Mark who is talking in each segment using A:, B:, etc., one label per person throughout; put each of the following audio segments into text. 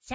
A: シ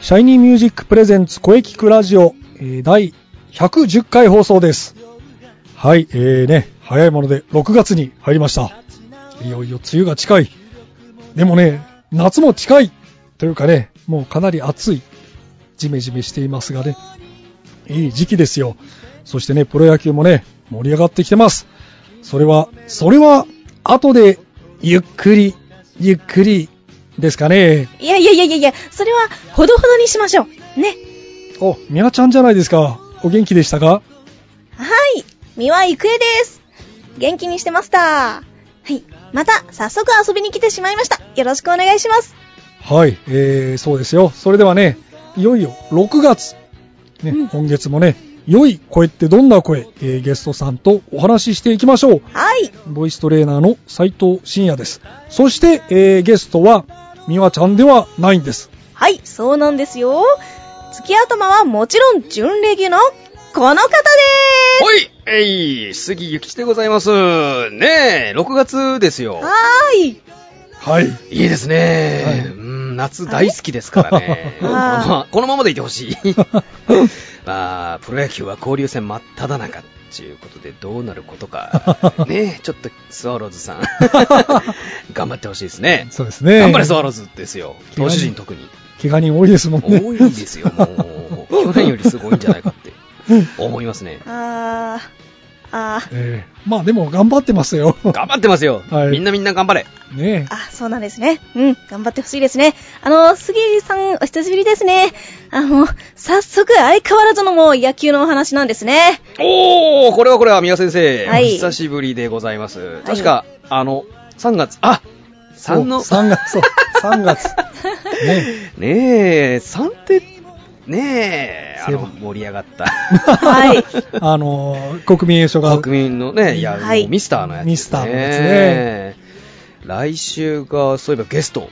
B: シャイニーミュージックプレゼンツ声聞くラジオ、えー第110回放送です。はい、えーね、早いもので6月に入りました。いよいよ梅雨が近い。でもね、夏も近いというかね、もうかなり暑い。ジメジメしていますがね、いい時期ですよ。そしてね、プロ野球もね、盛り上がってきてます。それは、それは、後で、ゆっくり、ゆっくり、ですかね。
C: いやいやいやいやいや、それは、ほどほどにしましょう。ね。
B: お、ミワちゃんじゃないですか。お元気でしたか
C: はい。三輪郁恵です。元気にしてました。はい。また、早速遊びに来てしまいました。よろしくお願いします。
B: はい、えー、そうですよ。それではね、いよいよ6月。ね、
C: うん
B: 今月もね、良い声ってどんな声、えーゲストさんとお話ししていきましょう。
C: はい。
B: ボイストレーナーの斉藤真也です。そして、えーゲストは、美和ちゃんではないんです。
C: はい、そうなんですよ。月頭はもちろん、準レギュの、この方でー
D: ほいえい杉ゆきちでございます。ねえ、6月ですよ
C: す。。はーい。
B: はい。
D: いいです
B: はい
D: ね。うん夏大好きですからね。このまま
C: あ
D: このままでいてほしい。まあ、プロ野球は交流戦真っ只中っていうことでどうなることか。 ねえ、ちょっとスワローズさん。頑張ってほしいですね。
B: そうですね。
D: 頑張れスワローズですよ。投手陣特に。
B: 怪我人多いですもん
D: 多
B: ね。
D: いんですよ、もう。去年よりすごいんじゃないかって思いますね。
C: あー、あー、
B: えーまあでも頑張ってますよ。
D: 頑張ってますよ。
B: はい
D: みんなみんな頑張れ。
B: ね
C: あ、そうなんですね。うん、頑張ってほしいですね。あの、杉さん、お久しぶりですね。あの、早速、相変わらずのもう野球のお話なんですね。
D: おー、これはこれは、宮先生。
C: はい
D: お久しぶりでございます。確か、あの、3月、あ
B: そう
D: !3 の、
B: 3月、そう、3月。 ね
D: ねえ、3って、ねえ、あの、
B: セブ
D: 盛り上がっ
C: はい。
B: あのー国民栄誉賞が
D: た。 国民のね、いや、
C: はい
D: もうミスターのやつ、
B: ミスターのやつね。
D: 来週が、そういえばゲスト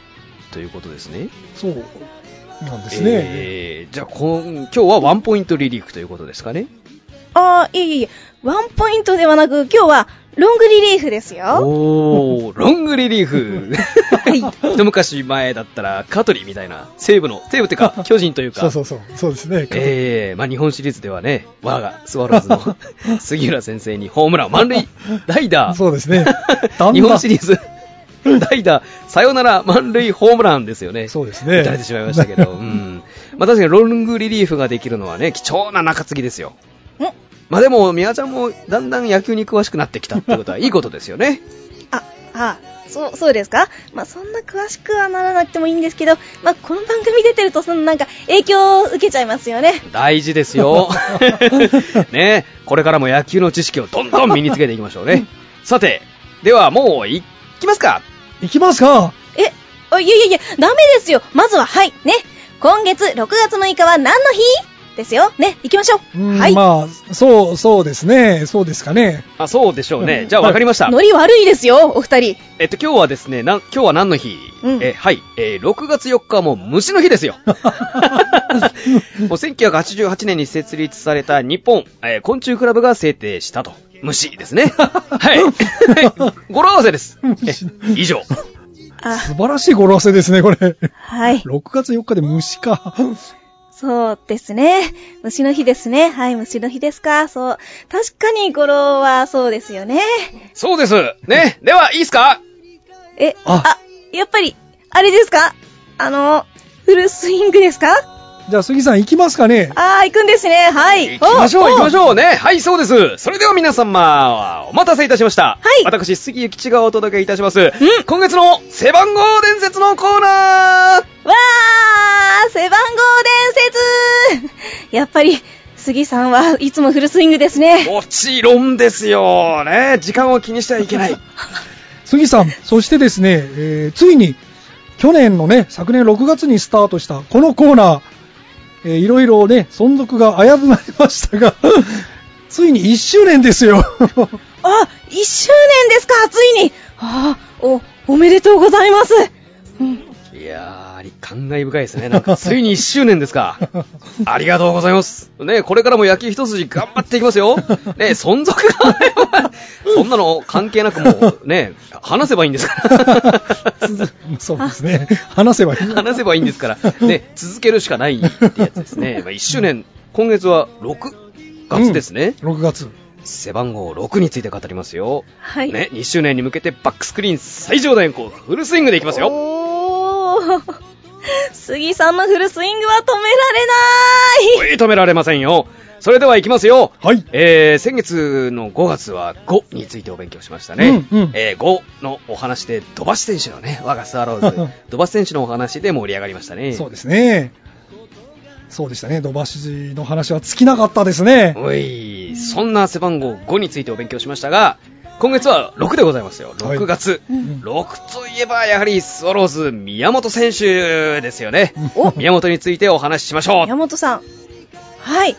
D: ということですね。
B: そうなんですね。
D: えーじゃあこん、今日はワンポイントリリークということですかね。
C: あー、いえいえいえ、ワンポイントではなく、今日は、ロングリリーフですよ。
D: おー、ロングリリーフ。一昔前だったら、香取みたいな、西武の、西武っていうか、巨人というか、
B: そうそうそう、そうですね。
D: えー、まあ日本シリーズではね、我がスワロー ズの杉浦先生にホームラン、満塁、代打、。
B: そうですね
D: 日本シリーズ、代打、さよなら満塁ホームランですよね。
B: そうですね
D: 打たれてしまいましたけど、うん。まあ確かにロングリリーフができるのはね、貴重な中継ぎですよ。
C: ん
D: まあでも、宮ちゃんもだんだん野球に詳しくなってきたってことはいいことですよね。
C: あ、あー、そう、そうですかまあ、そんな詳しくはならなくてもいいんですけど、まあ、この番組出てると、そのなんか、影響を受けちゃいますよね。
D: 大事で すよ。ねこれからも野球の知識をどんどん身につけていきましょ うね。さて、ではもう行きますか。
B: 行きますか
C: え、あいやいやいや、ダメですよ。まずは、はい、ね。今月6月6日は何の日ですよ。ね、行きましょ
B: うん
C: う。はい。
B: まあ、そう、そうですね。そうですかね。
D: あ、そうでしょうね。じゃあ分かりました。
C: ノリ悪いですよ、お二人。
D: えっと、今日はですね、なん、今日は何の日、
C: うん
D: え、はい、えー6月4日はもう虫の 日ですよ。もう1988年に設立された日本、えー昆虫クラブが制定したと。虫で すね。はい。語呂合わせです。え以上。
C: あ、
B: 素晴らしい語呂合わせですね、これ。6
C: はい。
B: 月4日で虫か。
C: そうですね。虫の日ですね。はい、虫の日ですか。そう。確かに語呂はそうですよね。
D: そうです。ね。では、いいですか
C: え、
B: あ
C: あやっぱり、あれですかあの、フルスイングですか
B: じゃあ、杉さん行きますかね。
C: あー、行くんですね。はい。
D: 行きましょう、行きま
C: ょ
D: しょうね。はい、そうです。それでは皆様、お待たせいたしました。
C: はい
D: 私、杉ゆきちがお届けいたします。今月の背番号伝説のコ
C: う
D: ーナー
C: わー背番号伝説やっぱり、杉さんはいつもフルスイングですね。
D: もちろんですよ。ね。時間を気にしてはいけない。
B: 杉さん、そしてですね、えーついに去年のね、昨年6月にスタートしたこのコーナー、えーいろいろね、存続が危ぶまれましたが、 ついに1周年ですよ。
C: あ、1周年ですか、ついに。ああ、お、おめでとうございます。うん、
D: いやー、感慨深いですね。なんか、ついに1周年で すか。ありがとうございます。ね、これからも野球一筋頑張っていきますよ。ね、存続があれば、そんなの関係なくもう、ね、話せばいいんですから。
B: そうですね。話せばいい。
D: 話せばいいんですから、 ね、続けるしかないってやつですね。まあ、1周年、今月は6月ですね。
B: うん6月。
D: 背番号6について語りますよ。
C: はい。
D: ね、2周年に向けてバックスクリーン最上段へこうフルスイングでいきますよ。
C: おー。 杉さんのフルスイングは止められない。
D: 追い止められませんよ。それではいきますよ。
B: はい。
D: えー、先月の5月は5についてお勉強しましたね、
B: うんうん
D: えー、5のお話で土橋選手のね我がスワロ ーズ土橋選手のお話で盛り上がりましたね
B: そうですね。そうでしたね。土橋の話は尽きなかったですね。
D: おいそんな背番号5についてお勉強しましたが今月は6でございますよ
B: はい
D: 6月、
B: ん
D: 6といえばやはりスワローズ宮本選手ですよね
B: お
D: 宮本についてお話ししましょう
C: 宮本さん。はい。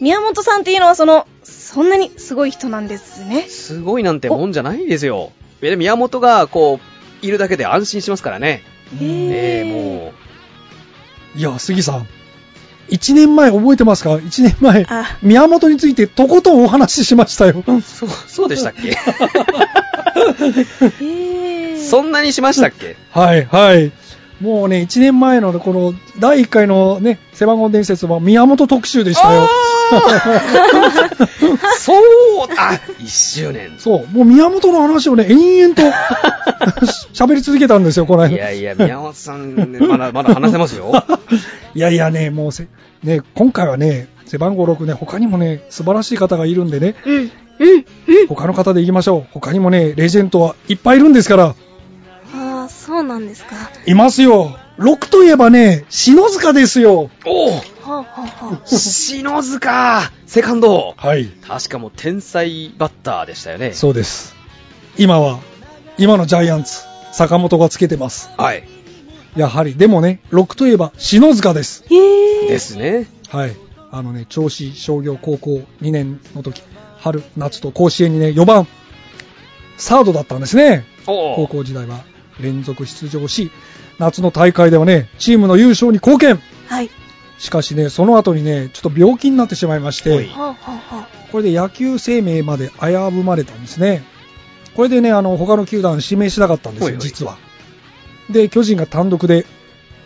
C: 宮本さんっていうのは、その、そんなにすごい人なんですね。
D: すごいなんてもんじゃないですよ。え宮本がこういるだけで安心しますからね。
C: へー
D: ええも
B: いや、杉さん。1年前覚えてますか ?1 年前
C: あ。
B: 宮本についてとことんお話ししましたよ。
D: うそうそうでしたっ け？
C: へえ。
D: そんなにしましたっけ？
B: はい、はい。もうね、1年前のこの第1回のね、背番号伝説は宮本特集でしたよ。
D: そうあ一周年。
B: そう、もう宮本の話をね、延々と 喋り続けたんですよ、この
D: い
B: 間。
D: やいや宮本さんまだまだ話せますよ。
B: いやいやね、もうせ、ね、今回はね、背番号6ね、他にもね、素晴らしい方がいるんでね、
C: うん、うん、うん。
B: 他の方で行きましょう。他にもね、レジェンドはいっぱいいるんですから、
C: ああ、そうなんですか。
B: いますよ。6といえばね、篠塚ですよ。
D: おお
C: はあ、はあ、は
D: 篠塚セカンド。
B: はい。
D: 確かもう天才バッターでしたよね。
B: そうです。今は、今のジャイアンツ、坂本がつけてます。
D: はい
B: やはり、でもね、6といえば篠塚です。
C: あ。へえ。
D: ですね。
B: はい。あのね、調子商業高校2年の時、春、夏と甲子園にね、4番、サードだったんですね。高
D: おお
B: 校時代は連続出場し、夏の大会ではね、チームの優勝に貢献。
C: はい。
B: しかしね、その後にね、ちょっと病気になってしまいまし
D: は
B: て
D: い、
C: はあ、はあ、は
B: これで野球生命まで危ぶまれたんですね。これでね、あの、他の球団指名しなかったんです
D: はい
B: よ、
D: はい
B: 実は。で、巨人が単独で、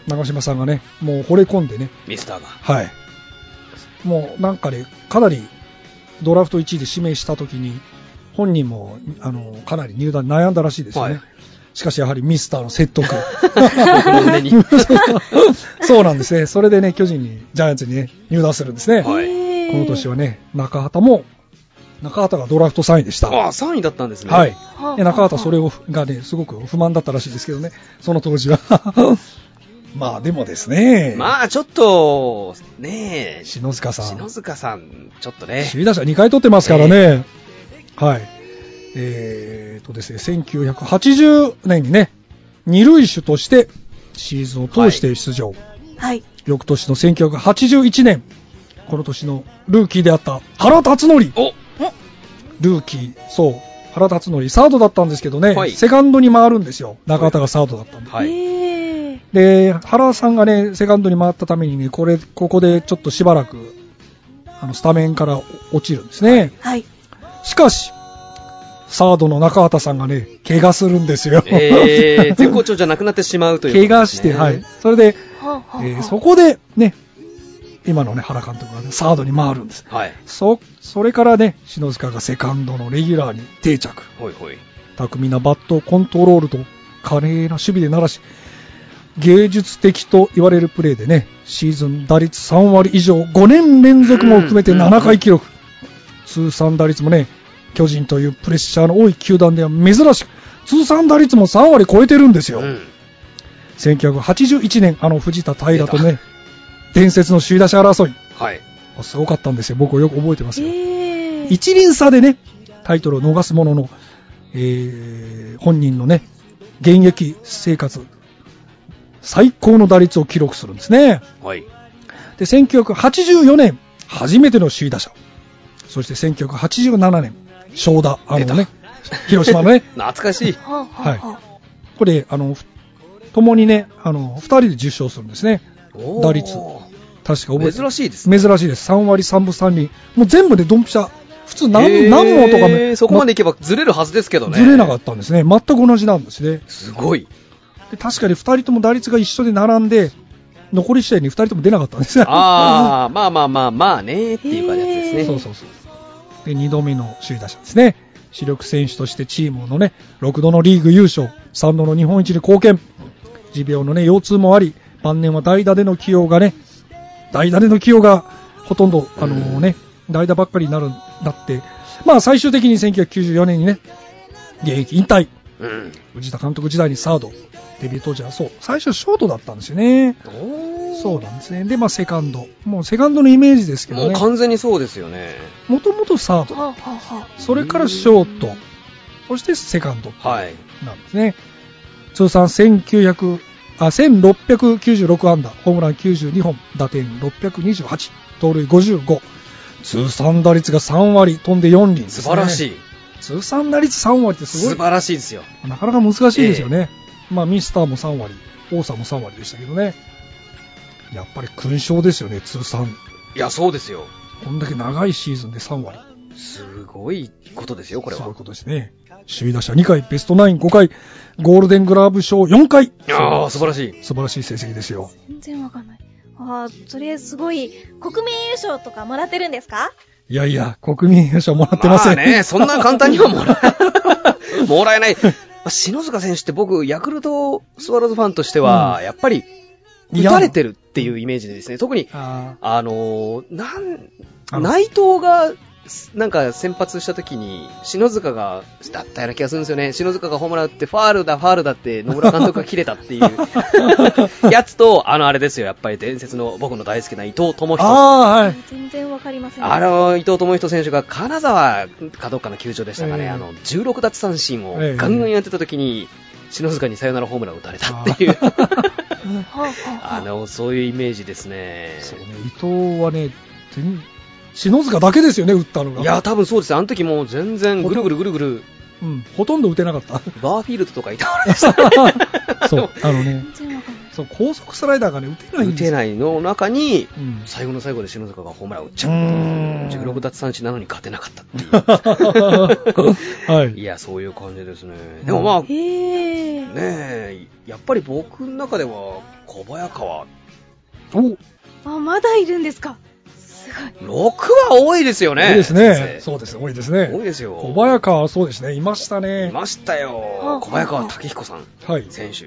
B: 長嶋さんがね、もう惚れ込んでね、
D: ミスターが。
B: はい。もうなんかね、かなりドラフト1位で指名したときに、本人もあのかなり入団悩んだらしいですよね。
D: はい
B: しかしやはりミスターの説得。
D: 僕の胸に。
B: そうなんですね。それでね、巨人に、ジャイアンツにね、入団するんですね。
D: はい
C: へえ
B: この年。はね、中畑も、中畑がドラフト3位でした。
D: ああ、3位だったんですね。
B: はい。
C: はあ
B: で中畑それをがね、すごく不満だったらしいですけどね、その当時は。 まあでもですね、
D: まあ、ちょっと、ねえ、
B: 篠塚さん、
D: 篠塚さん、ちょっとね。
B: 首位打者2回取ってますからね、はい、えー、とですね、1980年にね、二塁手としてシーズンを通して出場、
C: はい。
B: 翌年の1981年、この年のルーキーであった原辰徳、
D: お
B: ルーキー、そう、原辰徳、サードだったんですけどね、
D: はい
B: セカンドに回るんですよ、中畑がサードだったんで。
D: はい。
C: へえ。
B: で、原さんがね、セカンドに回ったためにね、これ、ここでちょっとしばらく、あの、スタメンから落ちるんですね。
C: はい。
B: しかし、サードの中畑さんがね、怪我するんですよ。
D: えー、 絶好調じゃなくなってしまうということですね、
B: 怪我して、はい。それで、
C: はあ、はあ、
B: え
C: はあ。
B: ーそこで、ね、今のね、原監督がね、サードに回るんです。
D: はい。
B: そ、それからね、篠塚がセカンドのレギュラーに定着。
D: ほいほい。
B: 巧みなバットコントロールと華麗な守備で鳴らし、芸術的と言われるプレーでね、シーズン打率3割以上、5年連続も含めて
D: うん
B: 7回記録。通算打率もね、巨人というプレッシャーの多い球団では珍しく、通算打率も3割超えてるんです
D: う
B: よ。
D: ん。
B: 1981年、あの藤田平と
D: 出
B: ね、伝説の首位打者争い。
D: はい。
B: すごかったんですよ。僕よく覚えてますよ。
C: へえ。
B: 一輪差でね、タイトルを逃すものの、えー本人のね、現役生活、最高の打率を記録するんですね。
D: はい。
B: で、1984年、初めての首位打者。そして1987年、正田、あのね、広島のね、
D: 懐かしい。
C: はあ、はあ、はあ。
B: これ、あの、ふ共にね、あの、二人で受賞するんですね。
D: おー
B: 打率確か覚えて
D: 珍しいですね。
B: 珍しいです。3割3分3厘。もう全部でドンピシャ。普通何、
D: へー
B: 何問とかめ
D: そこまでいけばずれるはずですけど
B: ま
D: ね。
B: ずれなかったんですね。全く同じなんですね。
D: すごい。
B: で確かに2人とも打率が一緒で並んで、残り試合に2人とも出なかったんですね。
D: ああ、 まあまあまあまあね、っていう感じですね。
B: そうそうそう。で、2度目の首位打者ですね。主力選手としてチームのね、6度のリーグ優勝、3度の日本一に貢献。持病のね、腰痛もあり、晩年は代打での起用がね、代打での起用がほとんど、あのね、代打ばっかりになる、なって、まあ最終的に1994年にね、現役引退。
D: うん。
B: 藤田監督時代にサード、デビュー当時はそう、最初ショートだったんですよね。
D: おー
B: そうなんですね。で、まあセカンド。もうセカンドのイメージですけど
D: もう
B: ね。
D: 完全にそうですよね。
B: もともとサード。
C: はあ、はあ、は
B: それからショート、そしてセカンド
D: はい。
B: なんですね。通算1900あ1696安打、ホームラン92本、打点628、盗塁55。通算打率が3割、飛んで4厘、
D: 素晴らし
B: い。
D: い。
B: 通算打率3割ってすご
D: 素
B: い。
D: 晴らしいですよ。
B: なかなか難しいですよね。まあ、ミスターも3割、王さんも3割でしたけどね。やっぱり勲章ですよね、通算。
D: いや、そうですよ。
B: こんだけ長いシーズンで3割。
D: すごいことですよ、これ
B: そうい
D: は
B: う。ことですね。首位打者2回、ベストナイン5回、ゴールデングラブ賞4回。
D: ああ、素晴らしい。
B: 素晴らしい成績ですよ
C: あ。。全然わかんない。ああ、とりあえずすごい、国民優勝とかもらってるんですか
B: いやいや、国民優勝もらってません。
D: あね、そんな簡単にはもらえもらえない。まあ篠塚選手って僕、ヤクルトスワローズファンとしては、やっぱり、打たれてるっていうイメージでですね、特に、
B: あ
D: あのーなん
B: あ、の
D: 内藤が、すなんか先発した時に、篠塚が、だったような気がするんですよね。篠塚がホームラン打って、ファールだ、ファールだって、野村監督が切れたっていう、 やつと、あの、あれですよ、やっぱり伝説の僕の大好きな伊藤智
B: ー
D: 人。
B: あー、はい。
C: 全然わかりません。
D: あの伊藤智人選手が金沢かどっかの球場でしたかね、
B: ええ
D: あの16奪三振を
B: ええ
D: ガンガンやってた時に、篠塚にサヨナラホームランを打たれたっていう、
C: はあ、はあ、
D: あのそういうイメージですね。
B: そうね、伊藤はね、全篠塚だけですよね、打ったのが。
D: いや、多分そうです、あの時もう全然ぐるぐるぐるぐる、
B: うん、ほとんど打てなかった。
D: バーフィールドとかいたわけですよ
B: そう、あのね、
C: 全然わかんない。
B: そう高速スライダーがね、打てないん
D: 打
B: です
D: て
B: よ。
D: ないの中に、
B: うん
D: 最後の最後で篠塚がホームランを打っちゃ
B: う
D: う、
B: ーん
D: 16奪三振なのに勝てなかったっていう
B: はい い。
D: や、そういう感じですね。でもまあ
C: へえ。
D: ねえ、やっぱり僕の中では、小早川、
B: お
C: あ、まだいるんですか。すごい。
D: 6は多いですよね。
B: 多いですね。
D: 先
B: そうです、多いです
D: 生多い
B: ね。
D: ですよ。
B: 小早川はそうですね、いました
D: い
B: ね。
D: ましたよ。小早川武彦さん、
B: はい。
D: 選手。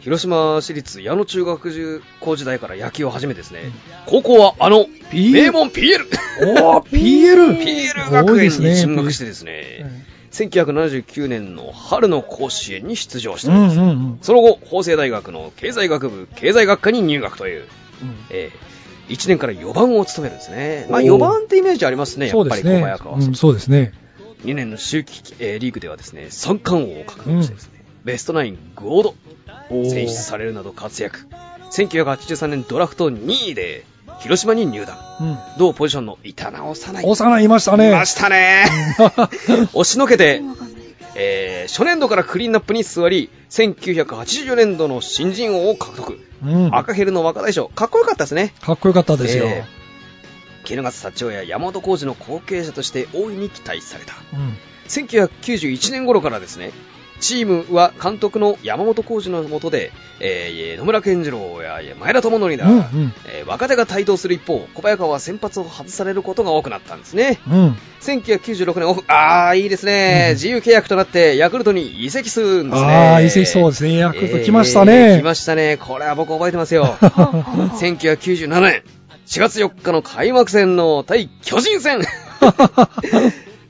D: 広島市立矢野中学校時代から野球を始めですね。高校はあの、
B: P-
D: 名門 PL!
B: おー、PL!
D: PL 学園に進学して
B: で
D: です
B: すね
D: ね、1979年の春の甲子園に出場して
B: う
D: おりま
B: ん
D: す。
B: うんうん。
D: その後、法政大学の経済学部経済学科に入学という。
B: うん
D: ええ、1年から4番を務めるんですね。まあ
B: おー
D: 4番ってイメージありますね、や
B: そ
D: っ
B: うで
D: ぱり
B: す
D: 小
B: ね
D: 早川。は。
B: うん、そうですね。
D: 2年の秋季、えーリーグではですね、三冠王を獲得してですね、ベストナイン5度選出されるなど活躍。1983年ドラフト2位で広島に入団。
B: うん。
D: 同ポジションの板直さない。
B: 幼いましたね。
D: いました ね。押しのけて
C: 全、然わかんない。
D: えー初年度からクリーンナップに座り、1984年度の新人王を獲得。
B: うん。か
D: 赤ヘルの若大将、かっこよかったですね。
B: っこよかったですよ。
D: えー衣笠社長や山本浩二の後継者として大いに期待された
B: うん。
D: 1991年頃からですねチームは監督の山本浩二の下で、えー野村健次郎や前田智則だ、
B: うんうん
D: えー若手が台頭する一方小早川は先発を外されることが多くなったんですね
B: うん。
D: 1996年オフああいいですね、
B: うん
D: 自由契約となってヤクルトに移籍するんですね
B: ああ、移籍そうですね。ヤクルト来ました
D: えー
B: ね
D: 来。ましたねこれは僕覚え てますよ
C: はあ、はあ、はあ。
D: 1997年4月4日の開幕戦の対巨人 戦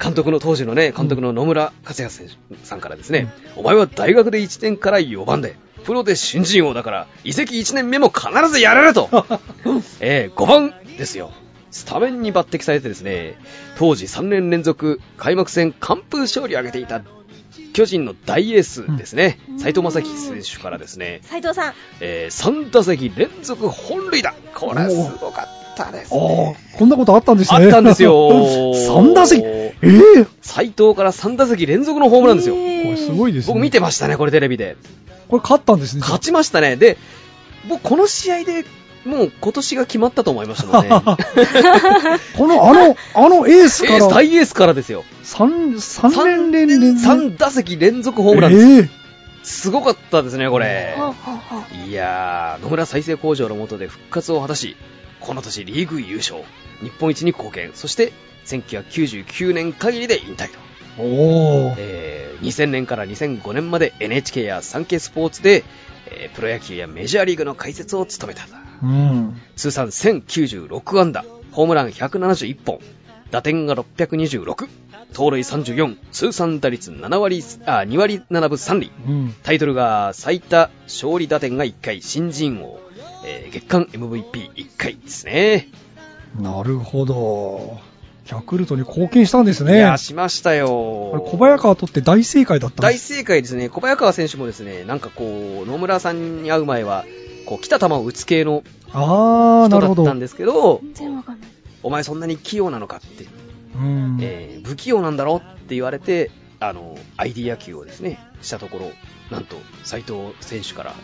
D: 監督の当時のね監督の野村克也選手さんからですね、お前は大学で1年から4番でプロで新人王だから移籍1年目も必ずやれ ると、えー5番ですよスタメンに抜擢されてですね当時3年連続開幕戦完封勝利を挙げていた巨人の大エースですね
C: うん、
D: 斎、藤正樹選手からですね、
C: 斉藤さん。
D: え3打席連続本塁打、これはすごかったです、
B: あ
D: ね。
B: あ、こんなことあったんです
D: あ
B: ね。
D: ったんですよ
B: 3打席。ええ
D: 斎藤から3打席連続のホームランですよ。
B: これすご
C: い。
B: いですね。
D: 僕見てましたね、これテレビで。
B: これ勝ったんですね。
D: 勝ちましたね。で、僕この試合でもう今年が決まったと思いまし たので、
B: この、あの、あのエースか
D: エース
B: ら
D: 大エースからですよ。
B: 三
D: 三
B: 三連連連
D: 3打席連続ホ
B: ホ
D: ームランです。
B: え
D: すごかったですね、これ。
C: ほうほうほう
D: いやー、野村再生工場の下で復活を果たし、この年リーグ優勝、日本一に貢献、そして1999年限りで引退と。
B: えおー
D: えー2000年から2005年まで NHK やサンケイスポーツで、えープロ野球やメジャーリーグの解説を務めた
B: うん。
D: 通算1096安打ホームラン171本打点が626盗塁34通算打率7割あ2割7分3厘
B: うん。
D: タイトルが最多勝利打点が1回新人王、えー月間 MVP1 回ですね
B: なるほど。ヤクルトに貢献したんです
D: い
B: ね
D: や。しましたよ
B: これ小早川とって大正解だったんで
D: 大
B: す。
D: 正解ですね、小早川選手もですねなんかこう野村さんに会う前は、こう来た球を打つ系の
B: ああ、な
D: 人
B: る
D: だ
B: ほ
D: っ
B: ど。
D: たんですけど、
C: 全然わかんない。
D: お前、そんなに器用なのかって、
B: うん。
D: えー不器用なんだろって言われて、あの ID 野球をですねしたところ、なんと斎藤選手から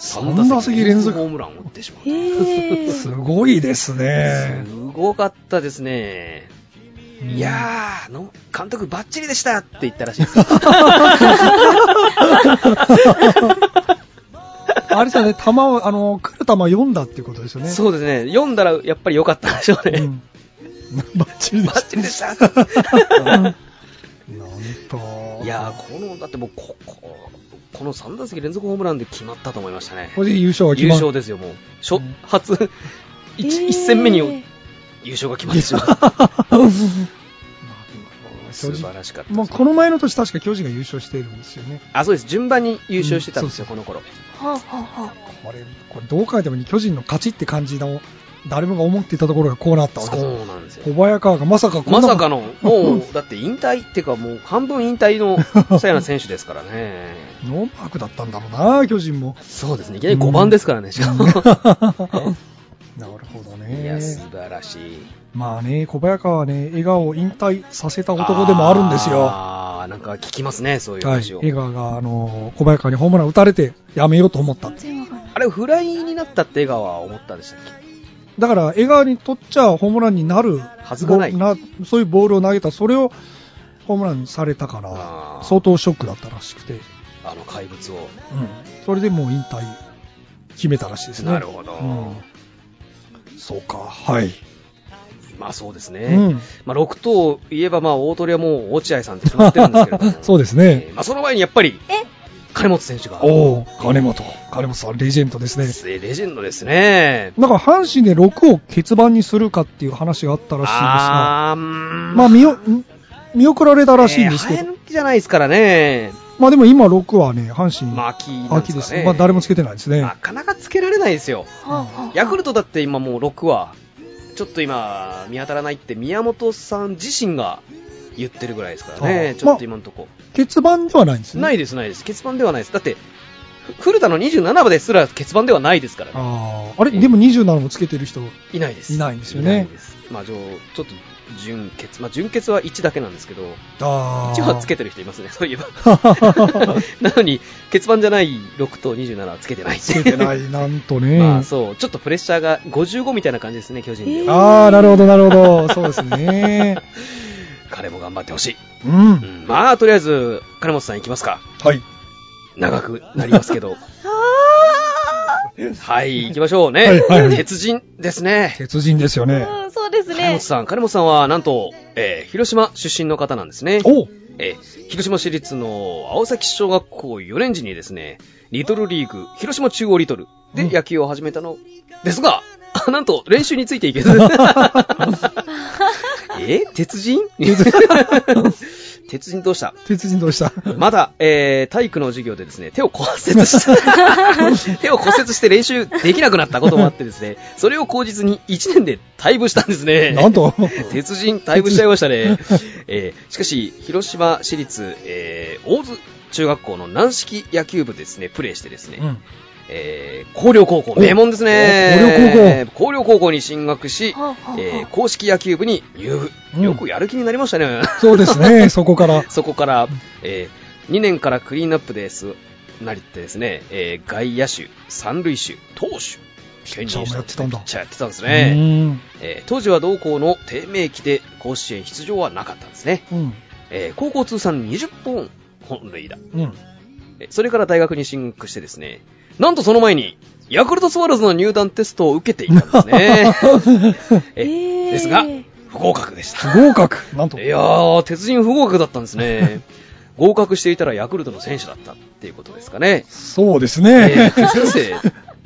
B: 三打席連続
D: ホームランを打ってしまう、
C: へえ。
B: すごいですね。
D: すごかったですね。い
B: ー。
D: やーの、監督バッチリでしたって言ったらしいです。
B: あれさね、球を、あの、来る球読んだっていうことですよね。
D: そうですね。読んだらやっぱり良かったんでしょうね。
B: うん。バッチリで
D: バ
B: す
D: ッチリでし た
B: なんと。
D: いやー、この、だってもうこ、こ、この3打席連続ホームランで決まったと思いましたね。
B: これで優勝は決
D: 優
B: ま
D: 勝
B: る。
D: ですよ、もう。
B: う
D: 初
B: ん、
D: 初、一
C: へー
D: 一戦目に優勝が決まってしまった。
B: 正
D: 素
B: 直
D: 晴らしかったです
B: まあ、この前の年確か巨人が優勝しているんですよね。
D: あ、そうです。順番に優勝してたんですよ、
B: うん
D: この頃。
C: はあはあはあ。
B: これ、これどう書いても巨人の勝ちって感じの、誰もが思っていたところがこうなったわけです。
D: そうなんですよ
B: 小。早川がまさかこんな
D: まさかの、もう、だって引退っていうか、もう半分引退の、さやな選手ですからね。
B: ノーマークだったんだろうな、巨人 も。
D: そうですね。いきなり5番ですからね、しかも。
B: なるほど
D: いや、素
B: ね。
D: 晴らしい。
B: まあね、小早川はね、笑顔を引退させた男でもあるんですよ。は
D: あー、なんか聞きますね、そういう
B: い。
D: 話を。
B: 笑顔が、あの、小早川にホームラン打たれて、やめようと思った。
C: 全然わかんない。
D: あれ、フライになったって江川は思ったんでしたっけ
B: だから、笑顔にとっちゃホームランになる。
D: はずがない
B: ボそういうボールを投げた、それをホームランにされたから、
D: あー
B: 相当ショックだったらしくて、うん。
D: あの怪物を。
B: それでもう引退決めたらしいですね。
D: なるほど
B: うんそうか、はい。
D: まあそうです
B: う
D: ね。
B: ん。
D: まあ6頭言えば、まあ大鳥はもう落合さんって決まってるんですけれども。
B: そうですね
D: えーまあその前にやっぱり、金本選手が。
B: おお、金本。金本さん、レジェンドですね。
D: えーレジェンドですね。
B: なんか、阪神で6を欠番にするかっていう話があったらしいんですが、
D: あー、
B: ま
D: ま
B: あ、見よ、ん見送られたらしいんですけ
D: えー
B: ど、
D: 早抜きじゃないですからね。
B: まあでも今6はね、阪神、
D: まあ秋なん
B: 秋
D: で
B: ですす
D: かね。
B: まあ誰もつけてないですね。
D: なかなかつけられないですよ。
C: はあはあ。
D: ヤクルトだって今もう6話、ちょっと今見当たらないって宮本さん自身が言ってるぐらいですから
B: あ
D: ね
B: ー、
D: ちょっと今のとこ。
B: 欠番ではないんですね。
D: ないです、ないです。欠番ではないです。だって、ふ古田の27話ですら欠番ではないですからね。
B: あーあれ、でも27もつけてる人、
D: いないです。
B: いないんですよね
D: いないですまあ、じょちょっと、純潔。まあ、純潔は1だけなんですけど、
B: あ
D: 1はつけ
B: て
D: てる人いますね、そういえば。 なのに、欠番じゃない6と27はつけてな い。
B: つけてない、なんとね。
D: まあ、そう。ちょっとプレッシャーが55みたいな感じですね、巨人では。
B: ああ、なるほど、なるほ ど。そうですね。
D: 彼も頑張ってほしい。
B: うん。
D: うんまあ、とりあえず、金本さん行きますか。
B: はい。
D: 長くなります けど。はい、行きましょうね。
B: はいはいはい
D: 鉄人ですね。
B: 鉄人ですよね。
C: うん、そうです
D: 金
C: ね
D: 本。さん、金本さんは、なんと、えー広島出身の方なんですね。
B: お
D: えー広島市立の青崎小学校4年時にですね、リトルリーグ、広島中央リトルで
B: うん
D: 野球を始めたのですが、あなんと練習についてい けず。えー鉄人鉄鉄人とした。
B: 鉄人どう した
D: まだ、えー、体育の授業でですね、手を骨折した、 手を骨折して練習できなくなったこともあってですね、それを口実に1年で退部したんですね。
B: なん と
D: 鉄人退部しちゃいましたね。 えーしかし、広島市立、えー大津中学校の軟式野球部ですね、プレーしてですね、
B: うん。
D: えー、広陵高校、
B: お
D: 名門ですね。広陵高校。に進学し
C: はあはあは、あ
D: えー公式野球部に入部、
B: うん
D: よくやる気になりましたね。
B: そうですね、そこ から。
D: そこから、えー2年からクリーンアップです、なりってですね、えー外野手、三塁手、投手、兼任したんですね
B: ピ
D: ピ
B: ッ
D: ッ
B: チ
D: チャーやってたんです
B: う
D: ね。
B: ん。
D: えー当時は同校の低迷期で甲子園出場はなかったんですね。
B: うん。
D: えー高校通算20本本塁打。
B: うん。
D: えーそれから大学に進学してですね、なんとその前に、ヤクルトスワローズの入団テストを受けていたんですね。
C: へ
D: え
C: ー
D: ですが、不合格でした。
B: 合格。なんと。
D: いやー、鉄人不合格だったんです ね。合格していたらヤクルトの選手だったっていうことですかね。
B: そうです
D: え
B: ね。
D: ー、先生、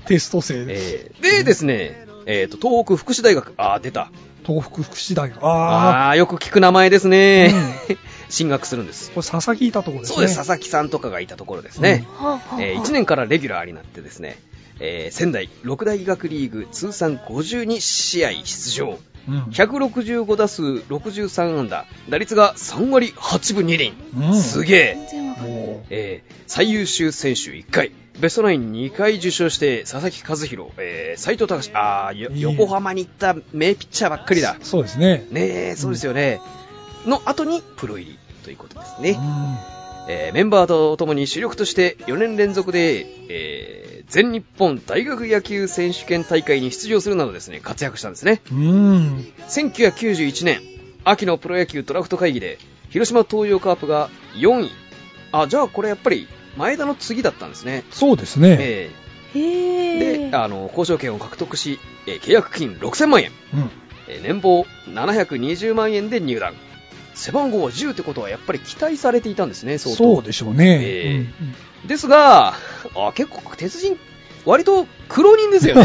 B: テスト生です。
D: えーでですね、えーと、東北福祉大学、あー、出た。
B: 東北福祉大学。ああ。
D: あー、よく聞く名前ですね。 進学するんです。
B: これ佐々木いたとこですね。
D: そうです、佐々木さんとかがいたところですね。
C: はあはあはあ
D: え1年からレギュラーになってですね、えー仙台六大学リーグ通算52試合出場
B: うん
D: 165打数63安打打率が3割8分2厘、
B: うん
D: すげ
C: 全然わかんない
B: も
D: ええー最優秀選手1回ベストナイン2回受賞して佐々木和弘、えー、斉藤隆あーよ
B: いい
D: 横浜に行った名ピッチャーばっかりだ
B: うそうですね。
D: ねえそうですよね、の後にプロ入りということですね、
B: うん
D: えーメンバーとともに主力として4年連続で、えー全日本大学野球選手権大会に出場するなどですね活躍したんですね
B: うん。
D: 1991年秋のプロ野球ドラフト会議で広島東洋カープが4位あじゃあこれやっぱり前田の次だったんですね、
B: そうですね。
D: えー
C: へ
D: であの交渉権を獲得し、えー契約金6000万円、
B: うん。
D: えー年俸720万円で入団背番号は10ってことはやっぱり期待されていたんですね相当
B: そうでしょう
D: え
B: ね
D: え。ですが、あ結構、鉄人、割と苦労人ですよね。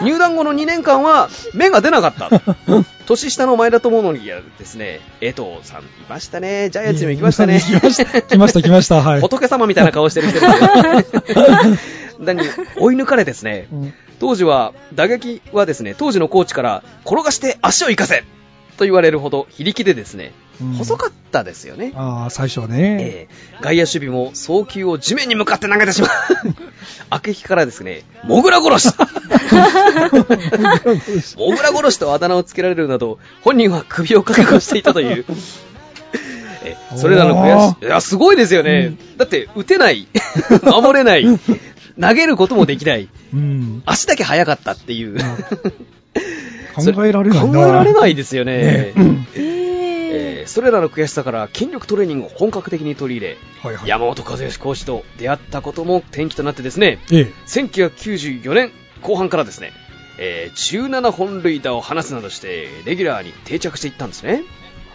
D: 入団後の2年間は目が出なかった。年下の前田智則やですね、江藤さんいましたね。ジャイアンツにも行きましたね。
B: 行きました、来ました、来ました。はい。
D: 仏様みたいな顔してる人ですよ何追い抜かれですね。
B: うん
D: 当時は、打撃はですね、当時のコーチから、転がして足を生かせと言われるほど、非力でですね、
B: うん
D: 細かったですよね。
B: ああ、最初はね。
D: えー外野守備も送球を地面に向かって投げ てしまう。悪役からですね、モグラ殺しモグラ殺しとあだ名をつけられるなど、本人は首を覚悟していたと いう。えーそれらの悔しい。いや、すごいですよね。だって、打 てない、守れない、投げることもできない、
B: うん。
D: 足だけ速かったっていう。
B: 考えられないな
D: そ考えられないですよ
B: ね
C: えへ
D: ね。
C: え
D: えーそれらの悔しさから筋力トレーニングを本格的に取り入れ、
B: はいはい。
D: 山本和義講師と出会ったことも転機となってですね、
B: ええ。
D: 1994年後半からですね、えー17本塁打を放つなどして、レギュラーに定着していったんですね。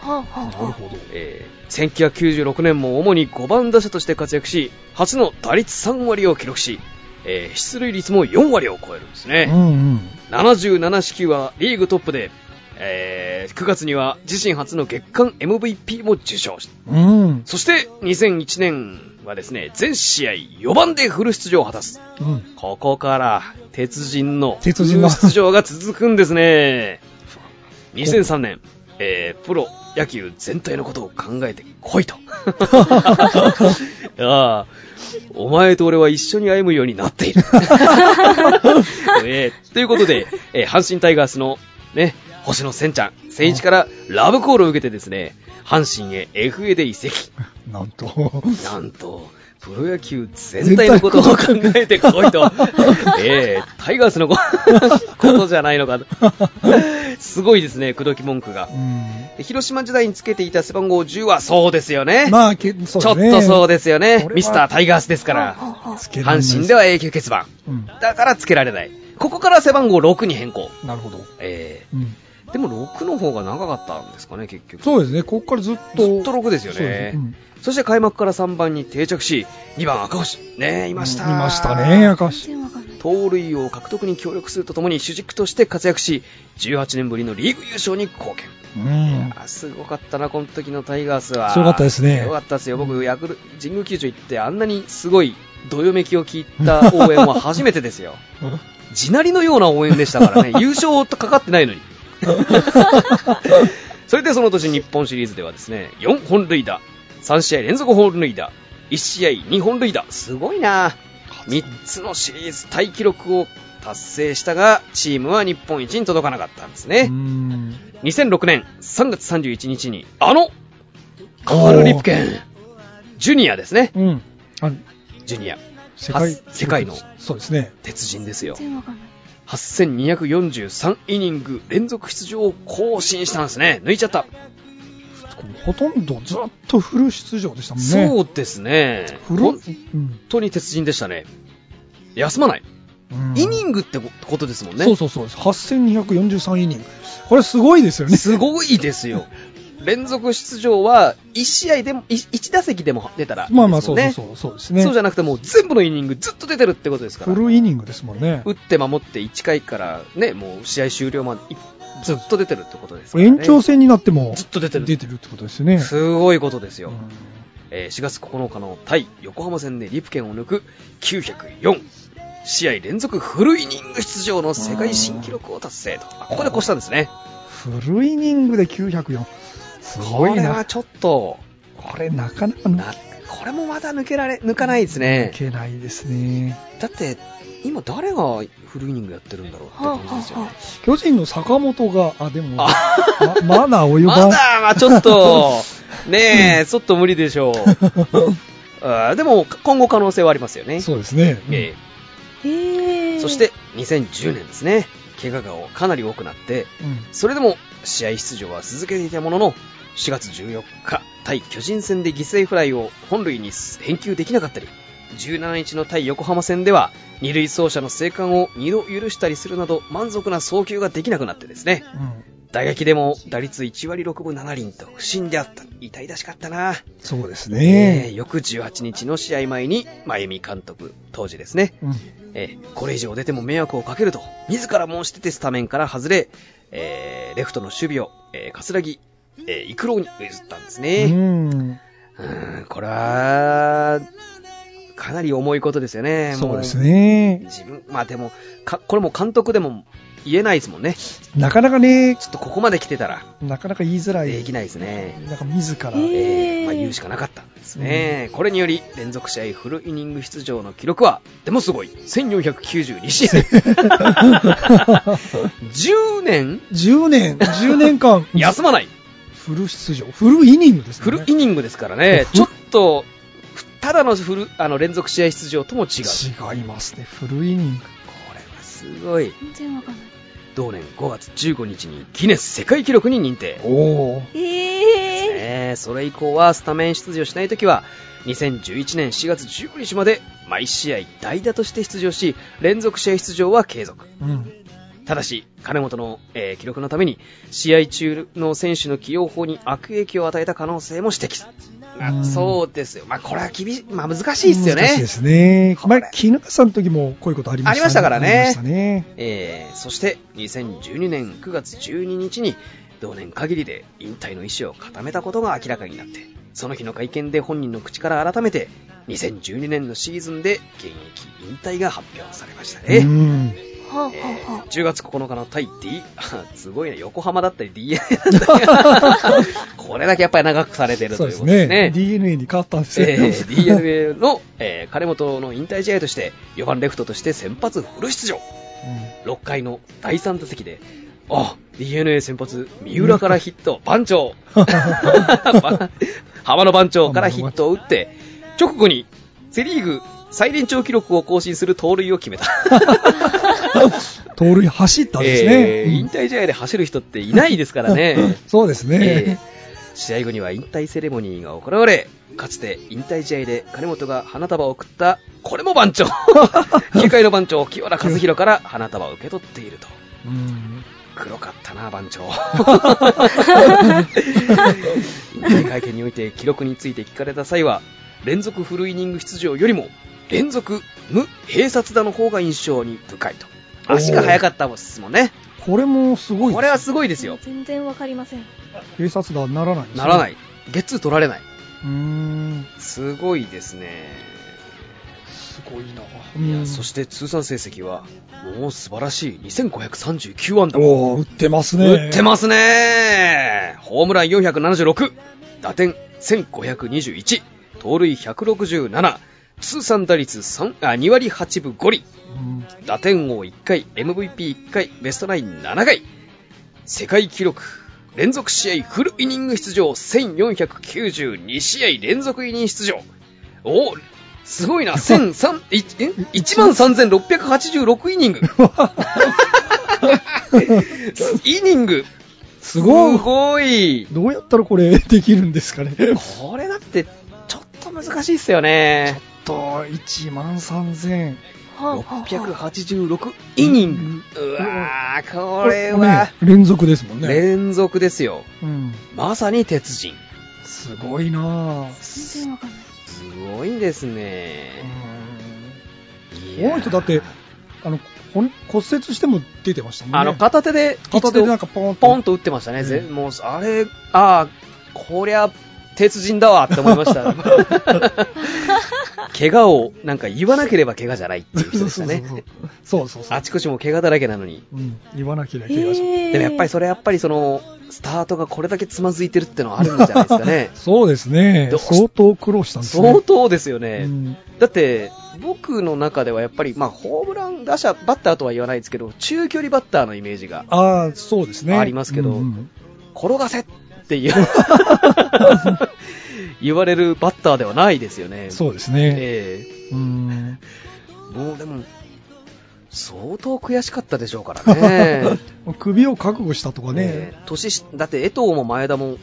C: はあはあはあ
B: ほど。
D: えー1996年も主に5番打者として活躍し、初の打率3割を記録し、えー出塁率も4割を超えるんです
B: う
D: ね。
B: んうん。
D: 77四球はリーグトップで、えー9月には自身初の月間 MVP も受賞し
B: うん。
D: そして2001年はですね、全試合4番でフル出場を果たす。
B: うん。
D: ここから、鉄人のフ
B: 鉄
D: ル
B: 人の
D: 出場が続くんですね。2003年、えープロ野球全体のことを考えてこい と。ああ、お前と俺は一緒に歩むようになって いる。えーということで、えー阪神タイガースの、ね、星野千ちゃん、千一からラブコールを受けてですね、阪神へ FA で移籍。
B: なんと。
D: なんと、プロ野球全体のことを考えてこ いと。ええタイガースのこことじゃないの かと。すごいですね、口説き文句が
B: う。ん。
D: 広島時代につけていた背番号10はそうですよね。
B: まあ、けそう
D: ち
B: だ
D: ょっ
B: ね。
D: とそう
B: で
D: ですよ
B: こ
D: ね。
B: れは
D: ミスタータイガースですから。
B: す。
D: 阪神では永久欠番。
B: うん。
D: だからつけられない。ここから背番号6に変更。
B: なるほど。
D: え
B: うん。
D: えでも6の方が長かったんですかね、結局。
B: そうですね。ここからずっと。
D: ずっと6ですよ
B: そうで
D: ね
B: す。うん
D: そして開幕から3番に定着し、2番赤星。ねえ、いました。
B: いましたね、明石。
C: 全然わかんない
D: 盗塁王獲得に協力するとともに主軸として活躍し、18年ぶりのリーグ優勝に貢献。
B: うん。
D: あすごかったな、この時のタイガースは。
B: すごかったですね
D: すごかったですよ。僕、ヤクル神宮球場行って、あんなにすごい、どよめきを聞いた応援は初めてですよ。地鳴りのような応援でした からね、優勝とかかってない のに。それでその年日本シリーズではですね、4本塁打、3試合連続本塁打、1試合2本塁打、すごいな3つのシリーズタイ記録を達成したが、チームは日本一に届かなかったんですね。
B: うん
D: 2006年3月31日に、あの、カール・リプケン、ジュニアですね。
B: うん。あ
D: ジュニア。
B: 世界
D: は世界の
B: そうですね。
D: 鉄人ですよ。
C: 全然わかんない。
D: 8243イニング連続出場を更新したんですね。抜いちゃった。
B: ほとんどずっとフル出場でしたもんね。
D: そうですね。
B: フル、
D: 本
B: うん
D: 当に鉄人でしたね。休まない。
B: うん
D: イニングってことですもんね。
B: そうそうそうです。8243イニング。これすごいですよね。
D: すごいで すよ。連続出場は1試合でも、1打席でも出たらいいです
B: ま
D: も
B: あ
D: んね。
B: まあ、そうそうそう。そうですね。
D: そうじゃなくてもう全部のイニングずっと出てるってことですから
B: フ。ルイニングですもんね。
D: 打って守って1回からね、もう試合終了までいずっと出てるってことですからね。
B: 延長戦になっても
D: ずっと出て
B: 出
D: る。
B: てるってことですよね。
D: すごいことです
B: う
D: よ。
B: ん
D: えー4月9日の対横浜戦でリプケンを抜く904試合連続フルイニング出場の世界新記録を達成と。あここで越したんですね。
B: フルイニングで904。す
D: こ
B: ごい
D: れは
B: な。
D: ちょっと、
B: これなかなか抜
D: な、これもまだ抜けられ、抜かないですね。
B: けないですね。
D: だって、今誰がフルイニングやってるんだろうって感じですよね。
B: 巨人の坂本が、あ、でも、ま
D: あ
B: まだ及
D: ま
B: ばん。
D: だ、まあ、ちょっと、ねえ、ちょっと無理でしょう。あーでも、今後可能性はありますよね。
B: そうですね。
D: え
C: へ
D: え
C: ー。
D: そし、て、2010年ですね。怪我がかなり多くなって、
B: うん
D: それでも試合出場は続けていたものの、4月14日、対巨人戦で犠牲フライを本塁に返球できなかったり、17日の対横浜戦では、二塁走者の生還を2度許したりするなど、満足な送球ができなくなってですね、
B: うん
D: 打撃でも打率1割6分7厘と不振であった。痛々しかったな。
B: そうです
D: えー
B: ね。
D: 翌18日の試合前に、真由美監督、当時ですね、
B: うん
D: えーこれ以上出ても迷惑をかけると、自ら申し出てスタメンから外れ、えーレフトの守備を、えー、カスラギ、えー、イクロウに譲ったんですね。
B: うん。
D: うーん、これは、かなり重いことですよね。も
B: そうです。ね。
D: 自分、まあでも、か、これも監督でも言えないですもんね。ち
B: なかなかね、
D: ょっとここまで来てたら、
B: なかなか言いづら
D: で
B: い
D: き。ないですね。
B: なんか自ら。
C: え
D: え
C: へー
D: ーまあ、言うしかなかったんですね、これにより連続試合フルイニング出場の記録はでもすごい1492試合10年
B: 10年、10年 間、
D: 休まない
B: フル出場。フルイニングですね。
D: フルイニングですからねちょっとただのフルあの連続試合出場とも違う
B: 違いますね。フルイニング。
D: これはすごい
C: 全然わかんない。
D: 同年5月15日にギネス世界記録に認定
B: おお。
C: えー。
D: ねえそれ以降はスタメン出場しないときは、2011年4月15日まで毎試合代打として出場し、連続試合出場は継続。
B: うん。
D: ただし、金本の、えー記録のために、試合中の選手の起用法に悪影響を与えた可能性も指摘する。まあ
B: うん
D: そうですよ。まあ、これは厳しい、まあ、難しいですよね。
B: 難しいですね。
D: これ
B: 前、絹笠さんの時もこういうことありました、
D: ありましたからね
B: ありましたね。
D: えーそして2012年9月12日に同年限りで引退の意思を固めたことが明らかになってその日の会見で本人の口から改めて2012年のシーズンで現役引退が発表されましたね、
B: うん。
C: はあ、
D: え
C: はあ、は
D: ー
C: あ。
D: 10月9日の対 D、す ごいね、横浜だったり DNA だったり、これだけやっぱり長くされてる
B: そ
D: と
B: う
D: い
B: で
D: う
B: す
D: ことです
B: ね。
D: ね。
B: DNA に変わったんですよ。
D: えー DNA の、えー金本の引退試合として4番レフトとして先発フル出場。6回の第3打席で、あ DNA 先発、三浦からヒット、番長、 浜野番長からヒットを打って、直後にセ・リーグ最年長記録を更新する盗塁を決めた。
B: うん盗塁走ったん ですね。
D: えー引退試合で走る人っていないですか らね。
B: うんそうです
D: えー
B: ね。
D: 試合後には引退セレモニーが行われ、かつて引退試合で金本が花束を贈った、これも 番長 !9 回の番長、清原和博から花束を受け取っていると。
B: うん
D: 黒かったな、番長。引退会見において記録について聞かれた際は、連続フルイニング出場よりも、連続無併殺打の方が印象に深いと。足が速かったですもんね。
B: これもすごい。
D: これはすごいですよ。
C: 全然わかりません。
B: 警察団ならないですね、。
D: ならないい。ゲッツー取られない。
B: うーん。
D: すごいですね。
B: すごいな。
D: い
B: うん
D: や、そして通算成績は、もう素晴らしい2539安打。
B: おー打ってますね。
D: 打ってますねホームラン476打点1521盗塁167通算打率3あ2割8分5厘
B: うん
D: 打点王1回 MVP1 回ベストナイン7回世界記録連続試合フルイニング出場1492試合連続イニング出場おおすご いな1003 1万3686イニ ングイニング
B: すごい
D: す。ごい
B: どうやったらこれできるんですかね。
D: これだってちょっと難しいっすよね
B: と、1万3000。
C: はあはあはあ
D: 686イニングうわーこれは
B: ね、連続ですもんね。
D: 連続ですよ
B: うん。
D: まさに鉄人。
B: すごいなぁ。
C: 全然わかんない。
D: すごいですね。
B: うんこの人だって、あの、ほん骨折しても出てましたもんね。
D: あの、片手で、
B: 片手でなん
D: 一
B: かポン
D: 度ポン
B: と。
D: と打ってましたね。
B: うん
D: ぜもう、あれ、ああ、こりゃ、鉄人だわって思い ました。怪我を、なんか言わなければ怪我じゃないっていう人でしたね。
B: そうそうそう。
D: あちこちも怪我だらけなのに。
B: うん。言わなきゃいけない。。
C: で
D: でもやっぱりそれやっぱりその、スタートがこれだけつまずいてるってのはあるんじゃないですかね
B: そうですね
D: ど。うし
B: 相当苦労したんですね。
D: 相当ですよね。
B: うん
D: だって、僕の中ではやっぱり、まあ、ホームラン打者、バッターとは言わないですけど、中距離バッターのイメージが、
B: ああ、そうですね。
D: ありますけど
B: うん
D: 転がせっていう 言われるバッターではないですよね。う。
B: そうですね。
D: え
B: うん。
D: えもうでも、相当悔しかったでしょうから ね。
B: 首を覚悟したとか
D: え
B: ね。
D: え年し、だって江藤も前田も、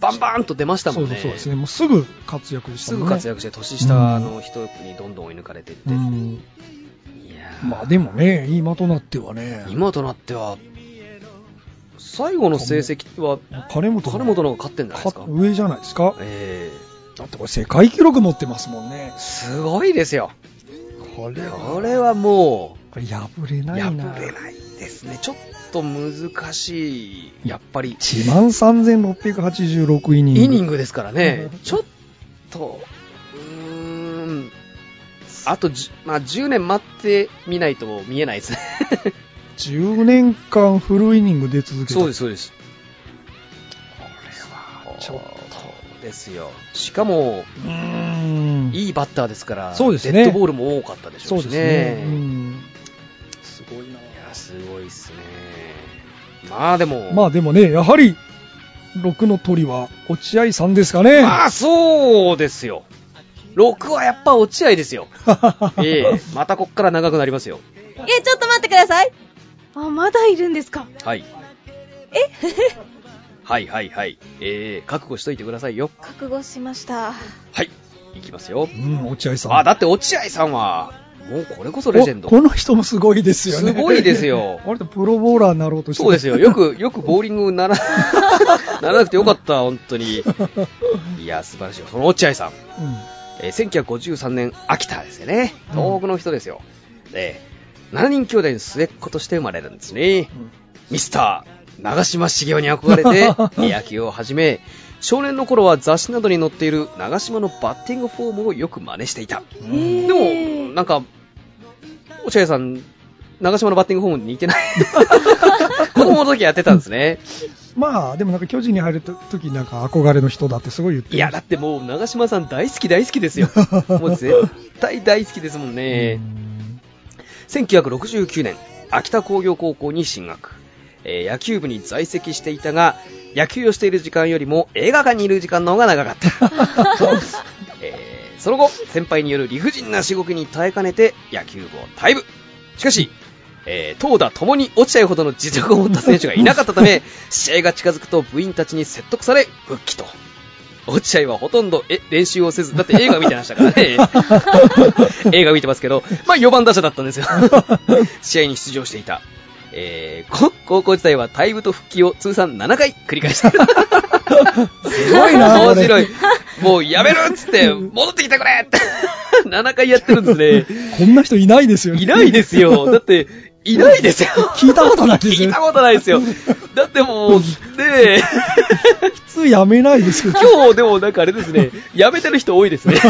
D: バンバーンと出ました
B: そ
D: も
B: うん
D: ね。
B: そうですね。もうすぐ活躍した
D: す
B: もん
D: ぐ
B: ね。
D: 活躍して、年下の人にどんどん追い抜かれてって。
B: うん。
D: いやー
B: まあでもね、今となってはね。
D: 今となっては、最後の成績は、
B: 金本
D: 金本の方が勝ってんじゃないです
B: か
D: か。
B: 上じゃないですか
D: え
B: だってこれ世界記録持ってますもんね
D: えすごいですよ。
B: これ
D: これはも
B: これ破れ
D: う、
B: な
D: 破
B: いな
D: れないですね。ちょっと難しい、やっぱり、
B: 1万3686イニング
D: イニングですからね。ちょっと、うーん、あとじ、まあ、10年待ってみないと見えないですね。
B: 10年間フルイニングで続けた
D: す、 そうです。これは、
B: ちょっ
D: とですよ。しかも、
B: うーん
D: いいバッターですから、
B: そうですね
D: デッドボールも多かったでしょ
B: そうう
D: し
B: で
D: ね。
B: すねうんすごいない
D: や、すごいっすね。まあでも、
B: まあでもねやはり6の鳥は落合さんですかね
D: まあそうですよ。6はやっぱ落 合ですよ。ええまたこっから長くなりますよ。
C: え、ちょっと待ってください。あ、まだいるんですか。
D: はい。
C: え
D: はいはいはい。ええ覚悟しといてくださいよ。
C: 覚悟しました。
D: はい。いきますよ
B: う。ん落合さん
D: あ、だって落合さんは、もうこれこそレジェンド
B: お。この人もすごいですよね。
D: すごいですよ
B: 割とプロボーラーになろうとして
D: そうですよ。よく、よくボーリング なら、ならなくてよかった、本当に。いや、素晴らしい。その落合さん。
B: うん
D: えー1953年秋田ですよね東北の人ですよ、で7人兄弟の末っ子として生まれるんですね、
B: うん
D: ミスター長嶋茂雄に憧れて野球を始め少年の頃は雑誌などに載っている長嶋のバッティングフォームをよく真似していた
C: え
D: でも
C: ー、
D: なんか落合さん長嶋のバッティングフォームに似てない子供の時やってたんですね
B: まあでもなんか巨人に入ると時なんか憧れの人だってすごい言って
D: いや、だってもう、長嶋さん大好き大好きですよ。もう絶対大好きですもんね。1969年、秋田工業高校に進学。えー野球部に在籍していたが、野球をしている時間よりも映画館にいる時間の方が長かった。えーその後、先輩による理不尽な仕事に耐えかねて野球部を退部。しかし、えー投打ともに落ちちゃうほどの実力を持った選手がいなかったため、試合が近づくと部員たちに説得され、復帰と。落ち合いはほとんどえ練習をせず、だって映画見てましたからね。映画見てますけど、まあ4番打者だったんですよ。試合に出場していた。ええーこ高校時代は退部と復帰を通算7回繰り返した。
B: すごいな、 こ
D: 面白
B: れ
D: い。もうやめるっつって、戻ってきてくれって7回やって るんですね。
B: こんな人いないですよ。
D: いないですよ。だって、いないですよ。
B: 聞いたことないです
D: 聞
B: よ
D: いた。ことないですよ。だって もう、ねえ、
B: 普通やめないですよ。
D: 今日でもなんかあれですね、やめてる人多 いですね。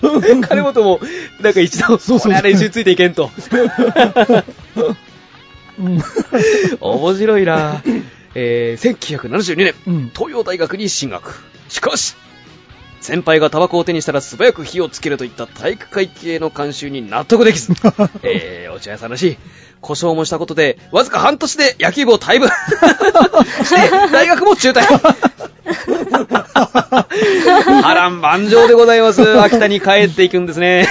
D: 金本も、なんか一度、
B: そうそう
D: 俺は練習ついていけ んと。
B: うん
D: 面白いなえー、1972年、
B: うん
D: 東洋大学に進学。しかし、先輩がタバコを手にしたら素早く火をつけるといった体育会系の慣習に納得でき ず、えー、落合さんらしい。故障もしたことで、わずか半年で野球部を 退部。して、大学も中退。波乱万丈でございます。秋田に帰っていくんです ね。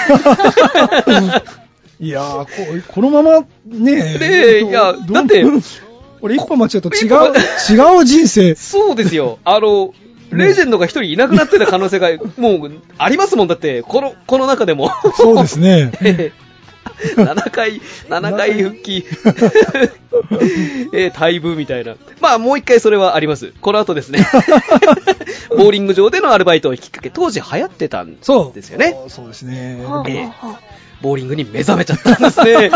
B: いやーこ、このままね、
D: ねえ
B: どう
D: いや
B: どう
D: だって
B: 俺一歩間違うと違う、違う人生。
D: そうですよ。あの、レジェンドが一人いなくなってた可能 性が、もう、ありますもん。だって、この、この中でも。
B: そうですね。
D: ええ7回、7回復帰、 ええ退部みたいな。まあ、もう一回それはあります。この後です ね。ボーリング場でのアルバイトをきっかけ、当時流行ってたん
B: そう。
D: ですよね。
B: そうですね。
D: ええボーリングに目覚めちゃったんですね。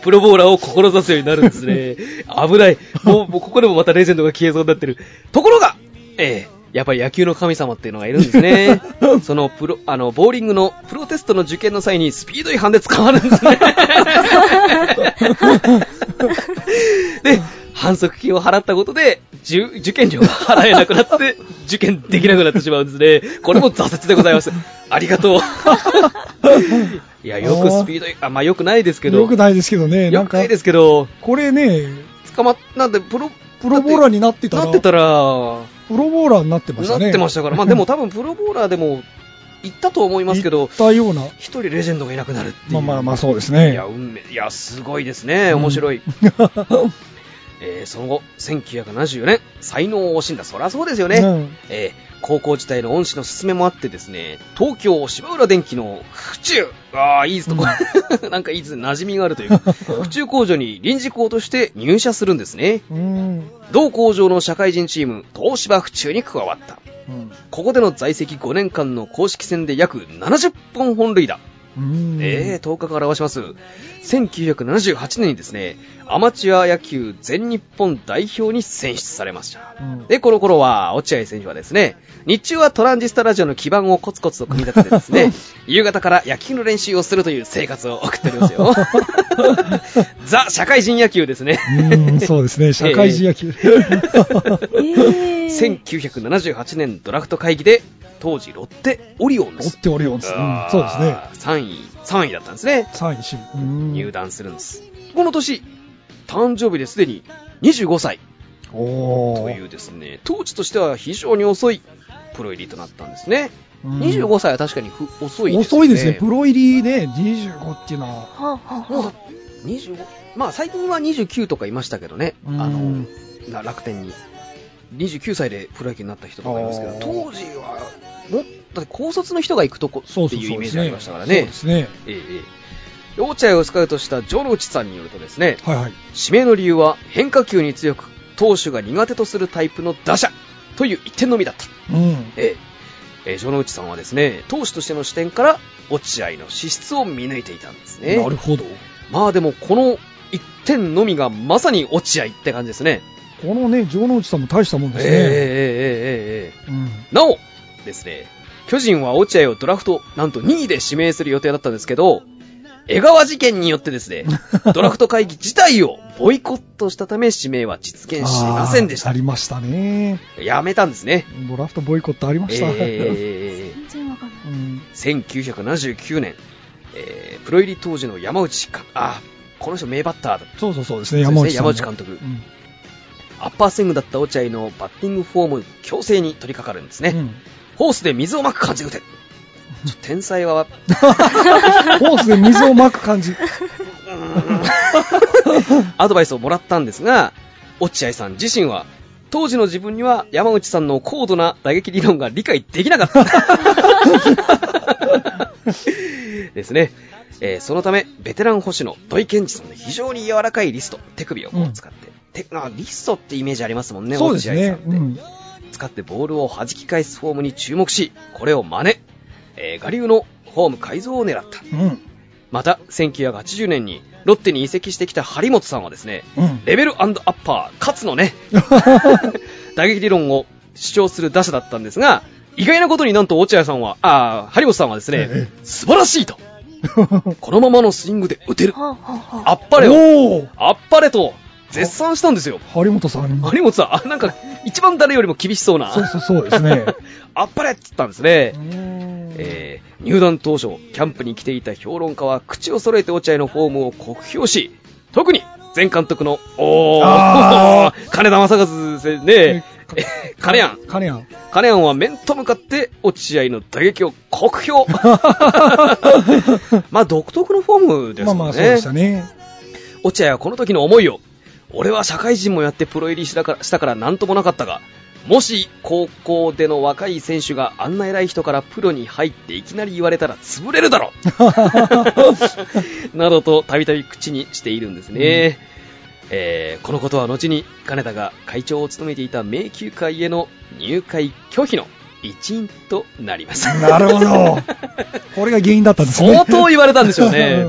D: プロボーラーを志すようになるんですね。危ない。もう、もうここでもまたレジェンドが消えそうになってる。ところが、ええやっぱり野球の神様っていうのがいるんですね。そのプロ、あの、ボーリングのプロテストの受験の際にスピード違反で捕まるんで すね。で、反則金を払ったことで、じゅ受験料が払えなく なって、受験できなくなってしまうんですね。これも挫折でございます。あり がとう。いや、よくスピード違反、あまあよくないですけど、
B: よくないですけどね。な
D: よ
B: ん
D: く
B: か
D: ない、ですけど、
B: これね、
D: 捕まっ、なんで、プロ、
B: プロボーラーになってたら、
D: なってたら、
B: プロボーラーになってましたね。
D: なってましたから、まあでも多分プロボーラーでも行ったと思いますけ
B: 言
D: ど
B: っ、たような。
D: 一人レジェンドがいなくなるっていう。
B: まあまあまあ、そうです
D: い
B: ね
D: や、。運命、いや、すごいですね。面白い。えーその後、1974年、才能を惜しんだ。そりゃそうですよね。
B: うん
D: えー高校時代の恩師の勧めもあってですね、東京芝浦電機の府中、ああ、いいですとこ、 なんかいいですね、馴染みがあるという か、府中工場に臨時工として入社するんですね。
B: うん。
D: 同工場の社会人チーム、東芝府中に加わった。ここでの在籍5年間の公式戦で約70本本塁打。
B: うん。
D: ええ10日から表します。1978年にですね、アマチュア野球全日本代表に選出されました。
B: うん
D: で、この頃は、落合選手はですね、日中はトランジスタラジオの基盤をコツコツと組み立ててで すね、夕方から野球の練習をするという生活を送っておりま すよ。ザ・社会人野球ですね。
B: うん、そう ですね。社会人野球。
C: えー、
D: 1978年ドラフト会議で、当時ロッテ・オリオン
B: 追っ
D: ズ。
B: てオリオンズ。うん、そうですね。
D: 3位、3位だったんですね。
B: 3位、シブ。うん
D: 入。団するんです。この年、誕生日ですでに25歳
B: お
D: とい
B: ー
D: うですね、当時としては非常に遅いプロ入りとなったんですね。
B: うん
D: 25歳は確かにふ遅いですね。
B: 遅いですね。プロ入りね、25っていうのは。
C: はあはあ
D: もう
C: は
D: だ25、まあ最近は29とかいましたけどね、あ
B: うん
D: の、な楽天に。29歳でプロ野球になった人とかいますけど
B: あ、ー
D: 当時は、もっだって高卒の人が行くとこっていうイメージがありましたから
B: そう
D: ね
B: で。すね。
D: ええええ幼稚園をスカウトした城之内さんによるとですね、
B: はいはい。
D: 指名の理由は変化球に強く投手が苦手とするタイプの打者という一点のみだった、
B: うん。
D: えええー、城之内さんはですね投手としての視点から落合の資質を見抜いていたんですね
B: なるほど。
D: まあでもこの一点のみがまさに落合って感じですね
B: このね、城之内さんも大したもん
D: え
B: ですね。
D: えええええええ
B: うん。
D: えなおですね巨人は落合をドラフトなんと2位で指名する予定だったんですけど江川事件によってです ね、ドラフト会議自体をボイコットしたため指名は実現しませんでし
B: あー
D: た
B: あ。りましたね。
D: やめたんです ね。
B: ドラフトボイコットありました。
D: えー
C: 全然わかんない。
B: うん。
D: 1979年、えープロ入り当時の山内監あこの人名バッターだった
B: そうそうそうですね、
D: そう
B: 山
D: ですね
B: 内さんも。
D: 山内監督
B: うん
D: アッパースイングだった落合のバッティングフォーム強制に取り掛かるんですね、
B: うん
D: ホースで水をまく感じ打てちょ天才は
B: ホースで水をまく感じ。
D: アドバイスをもらったんですが落合さん自身は当時の自分には 山内さんの高度な打撃理論が理解できなかったですね。えーそのため、ベテラン保守の土井健二さんの非常に柔らかいリスト、手首をこう使って、手あリストってイメージありますもん ね、
B: そうです
D: 落合
B: ね
D: さん。って
B: うん。
D: 使ってボールを弾き返すフォームに注目し、これを真似。えー、我流のホーム改造を狙った。
B: うん。
D: また、1980年にロッテに移籍してきた張本さんはですね、
B: うん。
D: レベルアッパー、勝つ のね、打撃理論を主張する打者だったんですが、意外なことになんと落合さんは、あー張本さんはですね、
B: え
D: 素晴らしいと。このままのスイングで打てる。
C: はあ、はあはあ、
D: あっぱれを、
B: おお
D: あっぱれと、絶賛したんですよ。
B: 張本さん。
D: 張本さん、あ、なんか、一番誰よりも厳しそうな。
B: そうそうそうです ね。
D: あっぱれって言ったんですね
B: う。ーん
D: えー入団当初、キャンプに来ていた評論家は口を揃えて落合のフォームを酷評し、特に前監督の、おー
B: あ、
D: 金田正和先生ね、え 金やん。
B: 金やん。
D: 金谷は面と向かって落合の打撃を 酷評。 まあ独特のフォームです
B: ま
D: も
B: あ
D: んね。
B: まあ、そうでしたね。
D: 落合はこの時の思いを、俺は社会人もやってプロ入りしたからしたから何ともなかったが、もし高校での若い選手があんな偉い人からプロに入っていきなり言われたら潰れるだろうなどとたびたび口にしているんですね、えーこのことは後に金田が会長を務めていた迷宮会への入会拒否の一因とな ります
B: なるほ ど。これが原因だったんですね。
D: 相当言われたんでしょうね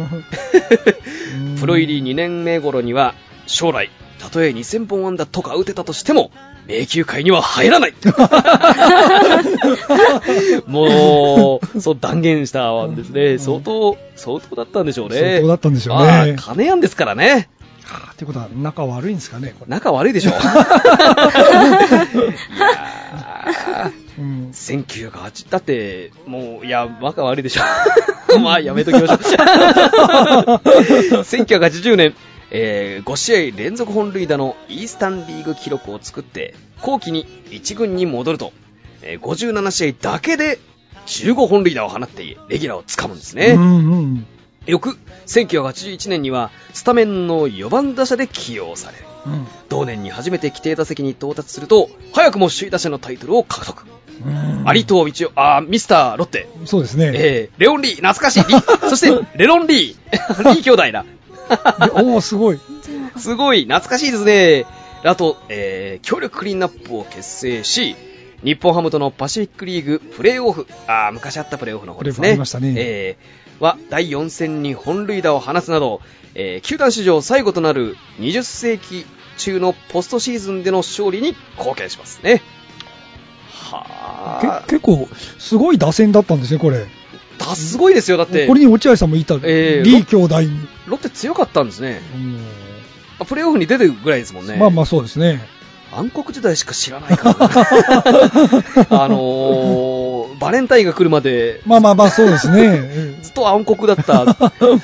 B: うん
D: プロ入り2年目頃には将来たとえ2000本安打とか打てたとしても迷宮界には入らない もうそう断言したんですね相当相当だったんでしょうね
B: 相当だったんでしょうね
D: まあ金やんですからね
B: はあってことは、仲悪いんですかね、これ。
D: 仲悪いでしょ いやー
B: うん。
D: 1980だってもういやバカ悪いでしょ まあやめときましょう 1980年、え5試合連続本塁打のイースタンリーグ記録を作って後期に1軍に戻ると、えー57試合だけで15本塁打を放ってレギュラーをつかむんですね、
B: うんうん。
D: 翌1981年にはスタメンの4番打者で起用される
B: うん
D: 同年に初めて規定打席に到達すると早くも首位打者のタイトルを獲得
B: うん
D: 有藤一応、あーミスターロッテ、
B: そうですね。
D: えーレオンリー、懐かしい、リ そしてレロンリー、リー兄弟だ。
B: でおおすごい。
D: すごい、懐かしいですね。あと、えー、協力クリーンナップを結成し、日本ハムとのパシフィックリーグプレーオフ、あー昔あったプレーオフの方です
B: プレーオフあ
D: ね。
B: りましたね
D: えーは第4戦に本塁打を放つなど、えー球団史上最後となる20世紀中のポストシーズンでの勝利に貢献しますね。は
B: け
D: あ。
B: 結構、すごい打線だったんですね、これ。
D: だすごいですよ、だって、
B: これに落合さんもいた。
D: えー
B: 李兄弟に。
D: ロッテ強かったんですね、
B: うん
D: あプレーオフに出てるぐらいですもんね、
B: まあまあ、そうですね。
D: 暗黒時代しか知 らないからな、あのー、バレンタインが来るまで、
B: まあまあまあ、そう ですね。え
D: ずっと暗黒だ った、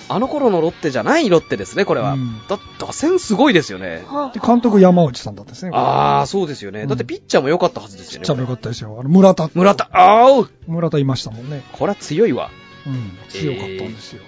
D: あの頃のロッテじゃないロッテですね、これは、
B: うん
D: だ打線すごいですよね、
B: ーで監督山内さんだったんですね。
D: ああ、そうですよね、
B: うん
D: だってピッチャーも良かったはずです
B: ち
D: よ
B: っ
D: ね、
B: ちゃもよかったですよ。あの村田。
D: 村田、ああ、
B: 村田いましたもんね。
D: これは強いわ、
B: うん。強かったんですよ。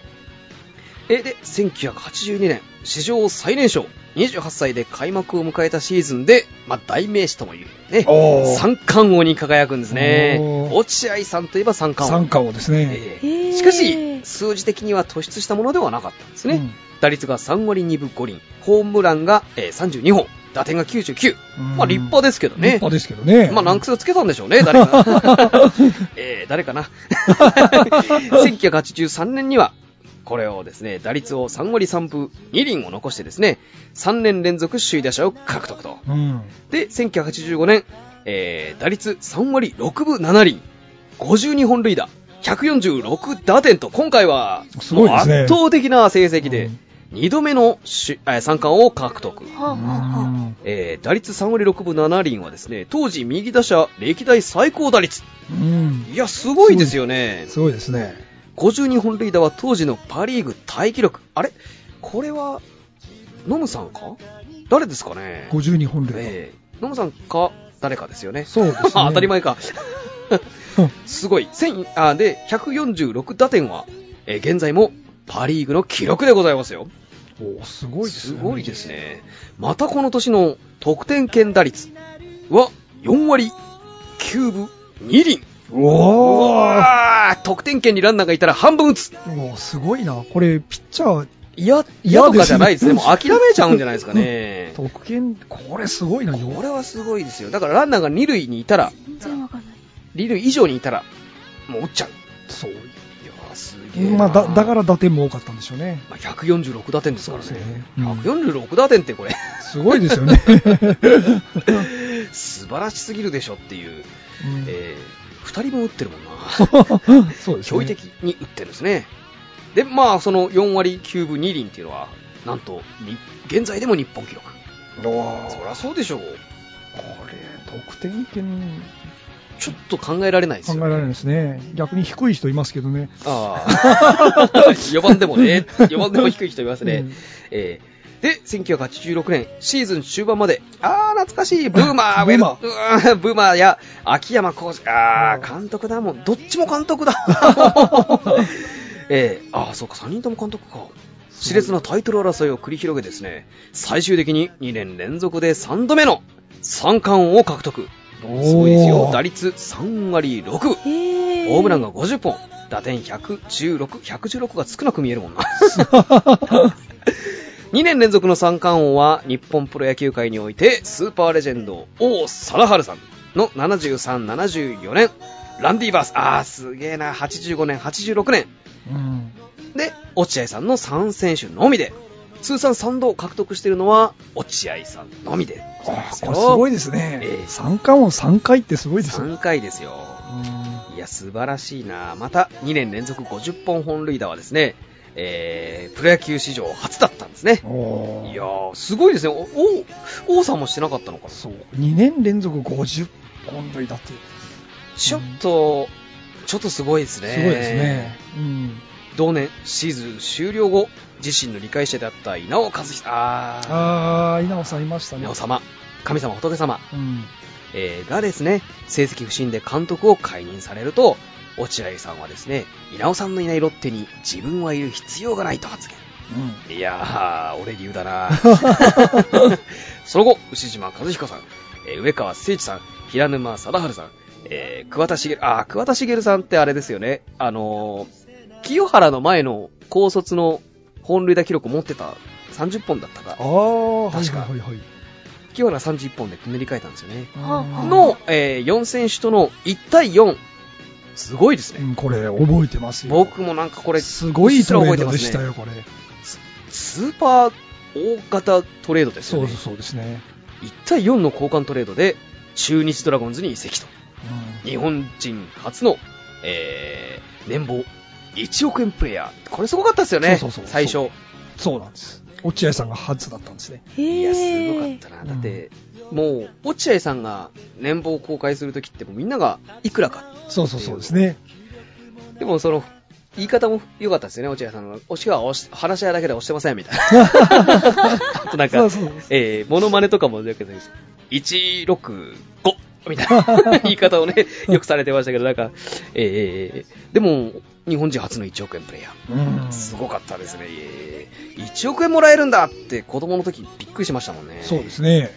D: えで1982年史上最年少28歳で開幕を迎えたシーズンで、まあ、代名詞とも言うね
B: おー
D: 三冠王に輝くんですね
B: おー
D: 落合さんといえば三冠王
B: 三冠王ですね。
D: え
C: へ
D: え
C: ー
D: しかし数字的には突出したものではなかったんですね、
B: うん
D: 打率が3割2分5厘ホームランが、えー32本打点が99、
B: うん
D: まあ、立派ですけど
B: 立
D: ね
B: 派ですけどね。
D: まあ、難癖をつけたんでしょうね、誰か。 えー誰かな。1983年には、これをですね、打率を3割3分2厘を残してですね、3年連続首位打者を獲得と。
B: うん。
D: で、1985年、えー打率3割6分7厘、52本塁打、146打点と、今回は、
B: すごいですね
D: もう圧倒的な成績
B: う
D: で
B: ん、
D: 2度目の首えー三冠を獲得。
B: うん
D: えー打率3割6分7厘はですね、当時右打者歴代最高打率。
B: うん。
D: いや、すごいですよね。
B: すごいですね。
D: 52本塁打は当時のパリーグタイ記録。あれこれは、ノムさんか誰ですかね
B: 52本塁打。
D: えーノムさんか誰かですよね。
B: そうですね
D: 当たり 前か。すごい。千あで、146打点は、えー現在もパリーグの記録でございますよ。
B: おーすごいです
D: す
B: ね。
D: ごいですね。またこの年の得点圏打率は4割9分2厘。
B: おお
D: うわあー、得点圏にランナーがいたら半分打つ。
B: もうすごいな。これ、ピッチャー、いや、
D: 嫌とかじゃないですね。もう諦めちゃうんじゃないです かね。
B: 得点、これすごいな、
D: これはすごいですよ。だからランナーが二塁にいたら、
C: 全然わかんない。
D: 二塁以上にいたら、もう打っちゃう。
B: そう。
D: いやーすげえな。
B: まあ、だ、だから打点も多かったんでしょうね。
D: まあ、146打点ですから
B: そうです
D: ね
B: ね。うん
D: 146打点って これ、
B: すごいですよね。
D: 素晴らしすぎるでしょっていう。
B: うん
D: えー、2人も打ってるもん な。
B: そうですね。
D: 驚異的に打ってるんですね。で、まあ、その4割9分2厘っていうのは、なんと、に現在でも日本記録。そりゃそうでしょう。
B: これ、得点圏
D: ちょっと考えられないです
B: 考
D: よ
B: え。られないですね。逆に低い人いますけどね。
D: ああ。4番で もね、4番でも低い人いますね。
B: うん
D: えーで、1986年、シーズン終盤まで、あー、懐かしい、ブーマー、ウェル
B: ブーマー
D: うわーブーマーや、秋山浩二、あー、監督だもん、どっちも 監督だ。えー、あー、そうか、3人とも監督か。熾烈なタイトル争いを繰り広げですね、最終的に2年連続で3度目の三冠王を獲得。すごいですよ
B: お。ー
D: 打率3割6分。
C: へ
D: ホームラン
C: が。
D: が50本、打点116、116が少なく見えるもんな。2年連続の三冠王は日本プロ野球界においてスーパーレジェンド王貞治さんの73、74年、ランディーバース、あーすげえな、85年、86年、
B: うん。
D: で、落合さんの3選手のみで、通算3度獲得しているのは落合さんのみでござい
B: あ
D: ま
B: あ、
D: す
B: こ
D: よ。
B: れすごいですね。
D: ええ
B: 三冠王三回ってすごいですよ。
D: 3回ですよ。
B: うん
D: いや、素晴らしいな。また、2年連続50本本塁打はですね、えー、プロ野球史上初だったんですね。
B: お
D: い
B: ー
D: やー、すごいですね。お王、王さんもしてなかったのかな
B: そう。2年連続50本塁打って、
D: ちょっと、ちょっとすごいですね。
B: すごいですね。うん。
D: 同年、シーズン終了後、自身の理解者であった稲尾和久、あ
B: ああ、稲尾さんいました
D: ー、
B: ね。
D: 稲尾様、神様仏様、
B: うん。
D: えーがですね、成績不振で監督を解任されると、落合さんはですね、稲尾さんのいないロッテに自分はいる必要がないと発言。いやー、俺流だなその後、牛島和彦さん、えー上川誠一さん、平沼貞治さん、えー桑田茂、あー、桑田茂さんってあれですよね。あのー清原の前の高卒の本塁打記録持ってた30本だったか。
B: うん。ああ、
D: 確か
B: はいはいはい
D: 清原31本で塗り替えたんですよね。
B: はい。うん
D: の、え4選手との1対4。すごいです
B: う
D: ね。
B: ん、これ覚えてますよ。
D: 僕もなんかこれ、
B: すごいトレードで
D: うっ
B: し
D: すら
B: た
D: 覚えて
B: よ、これ。
D: ますねスーパー大型トレードですよ
B: そう
D: ね。
B: そうですね。
D: 1対4の交換トレードで中日ドラゴンズに移籍と
B: うん
D: 日本人初の、えー、年俸1億円プレイヤーこれすごかったですよ
B: そう
D: ね
B: そうそう
D: 最初
B: そうなんです。落合さんが初だったんですね。
C: へ
D: いやす
C: え。
D: ごかったなだって、もう落合さんが年俸を公開するときってもうみんながいくらか
B: そうそうそうですね。
D: でもその言い方も良かったですよね、落合さんの。おしは押し話し合いだけで押してません、みたい な。なん
B: そ
D: か
B: うそうそう、
D: えー、モノマネとかも良かったです。165! みたい な言い方をね、よくされてましたけど、なんか、えー、でも、日本人初の1億円プレイヤー。
B: うん
D: すごかったですね。えー1億円もらえるんだって子供の時びっくりしましたもんね。
B: そうですね。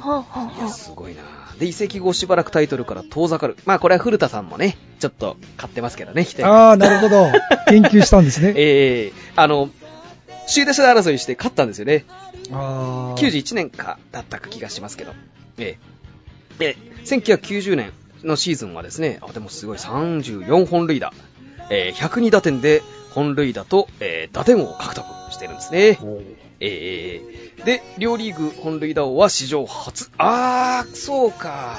C: はあ、はあ
D: いや、
C: は
D: すごいなで、移籍後しばらくタイトルから遠ざかる。まあ、これは古田さんもね、ちょっと買ってますけどね、否定。
B: ああ、なるほ ど。研究したんですね。
D: ええあの、首位打者争いして勝ったんですよね。
B: ああ。
D: 91年かだったか気がしますけど。ええで、1990年のシーズンはですね、あ、でもすごい、34本塁打。えー、102打点で本塁打と、えー打点王を獲得してるんですね。
B: おう
D: えー、で、両リーグ本塁打王は史上初。あー、そうか。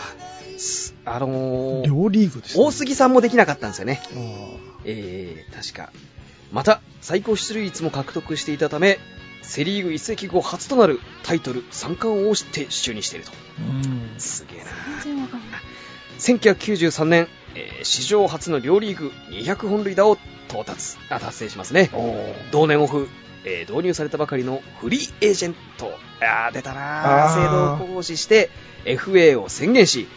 D: すあのー、
B: 両リーグですね。
D: 大杉さんもできなかったんですよね。
B: あー
D: えー、確か。また、最高出塁率も獲得していたため、セリーグ移籍後初となるタイトル三冠王をして就任していると。
B: うん
D: すげえな。
C: あ。全然わかんない。
D: 1993年、えー史上初の両リーグ200本塁打を到達、あ達成しますね。同年オフ、えー導入されたばかりのフリーエージェント。あー、出たな
B: あ
D: ー。制
B: ー
D: 度を行使して、FA を宣言し、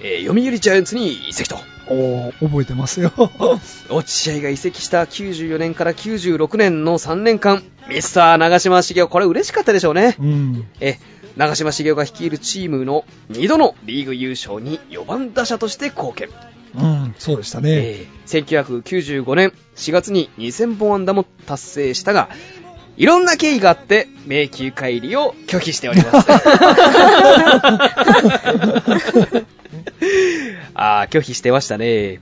D: えー読売ジャイアンツに移籍と。
B: おー覚えてますよ。
D: 落合が移籍した94年から96年の3年間、ミスター長嶋茂雄、これ嬉しかったでしょうね。
B: うん。
D: え、長嶋茂雄が率いるチームの2度のリーグ優勝に4番打者として貢献。
B: うん、そうでしたね。
D: えー1995年4月に2000本安打も達成したが、いろんな経緯があって、迷宮帰りを拒否しております。ああ、拒否してましたね。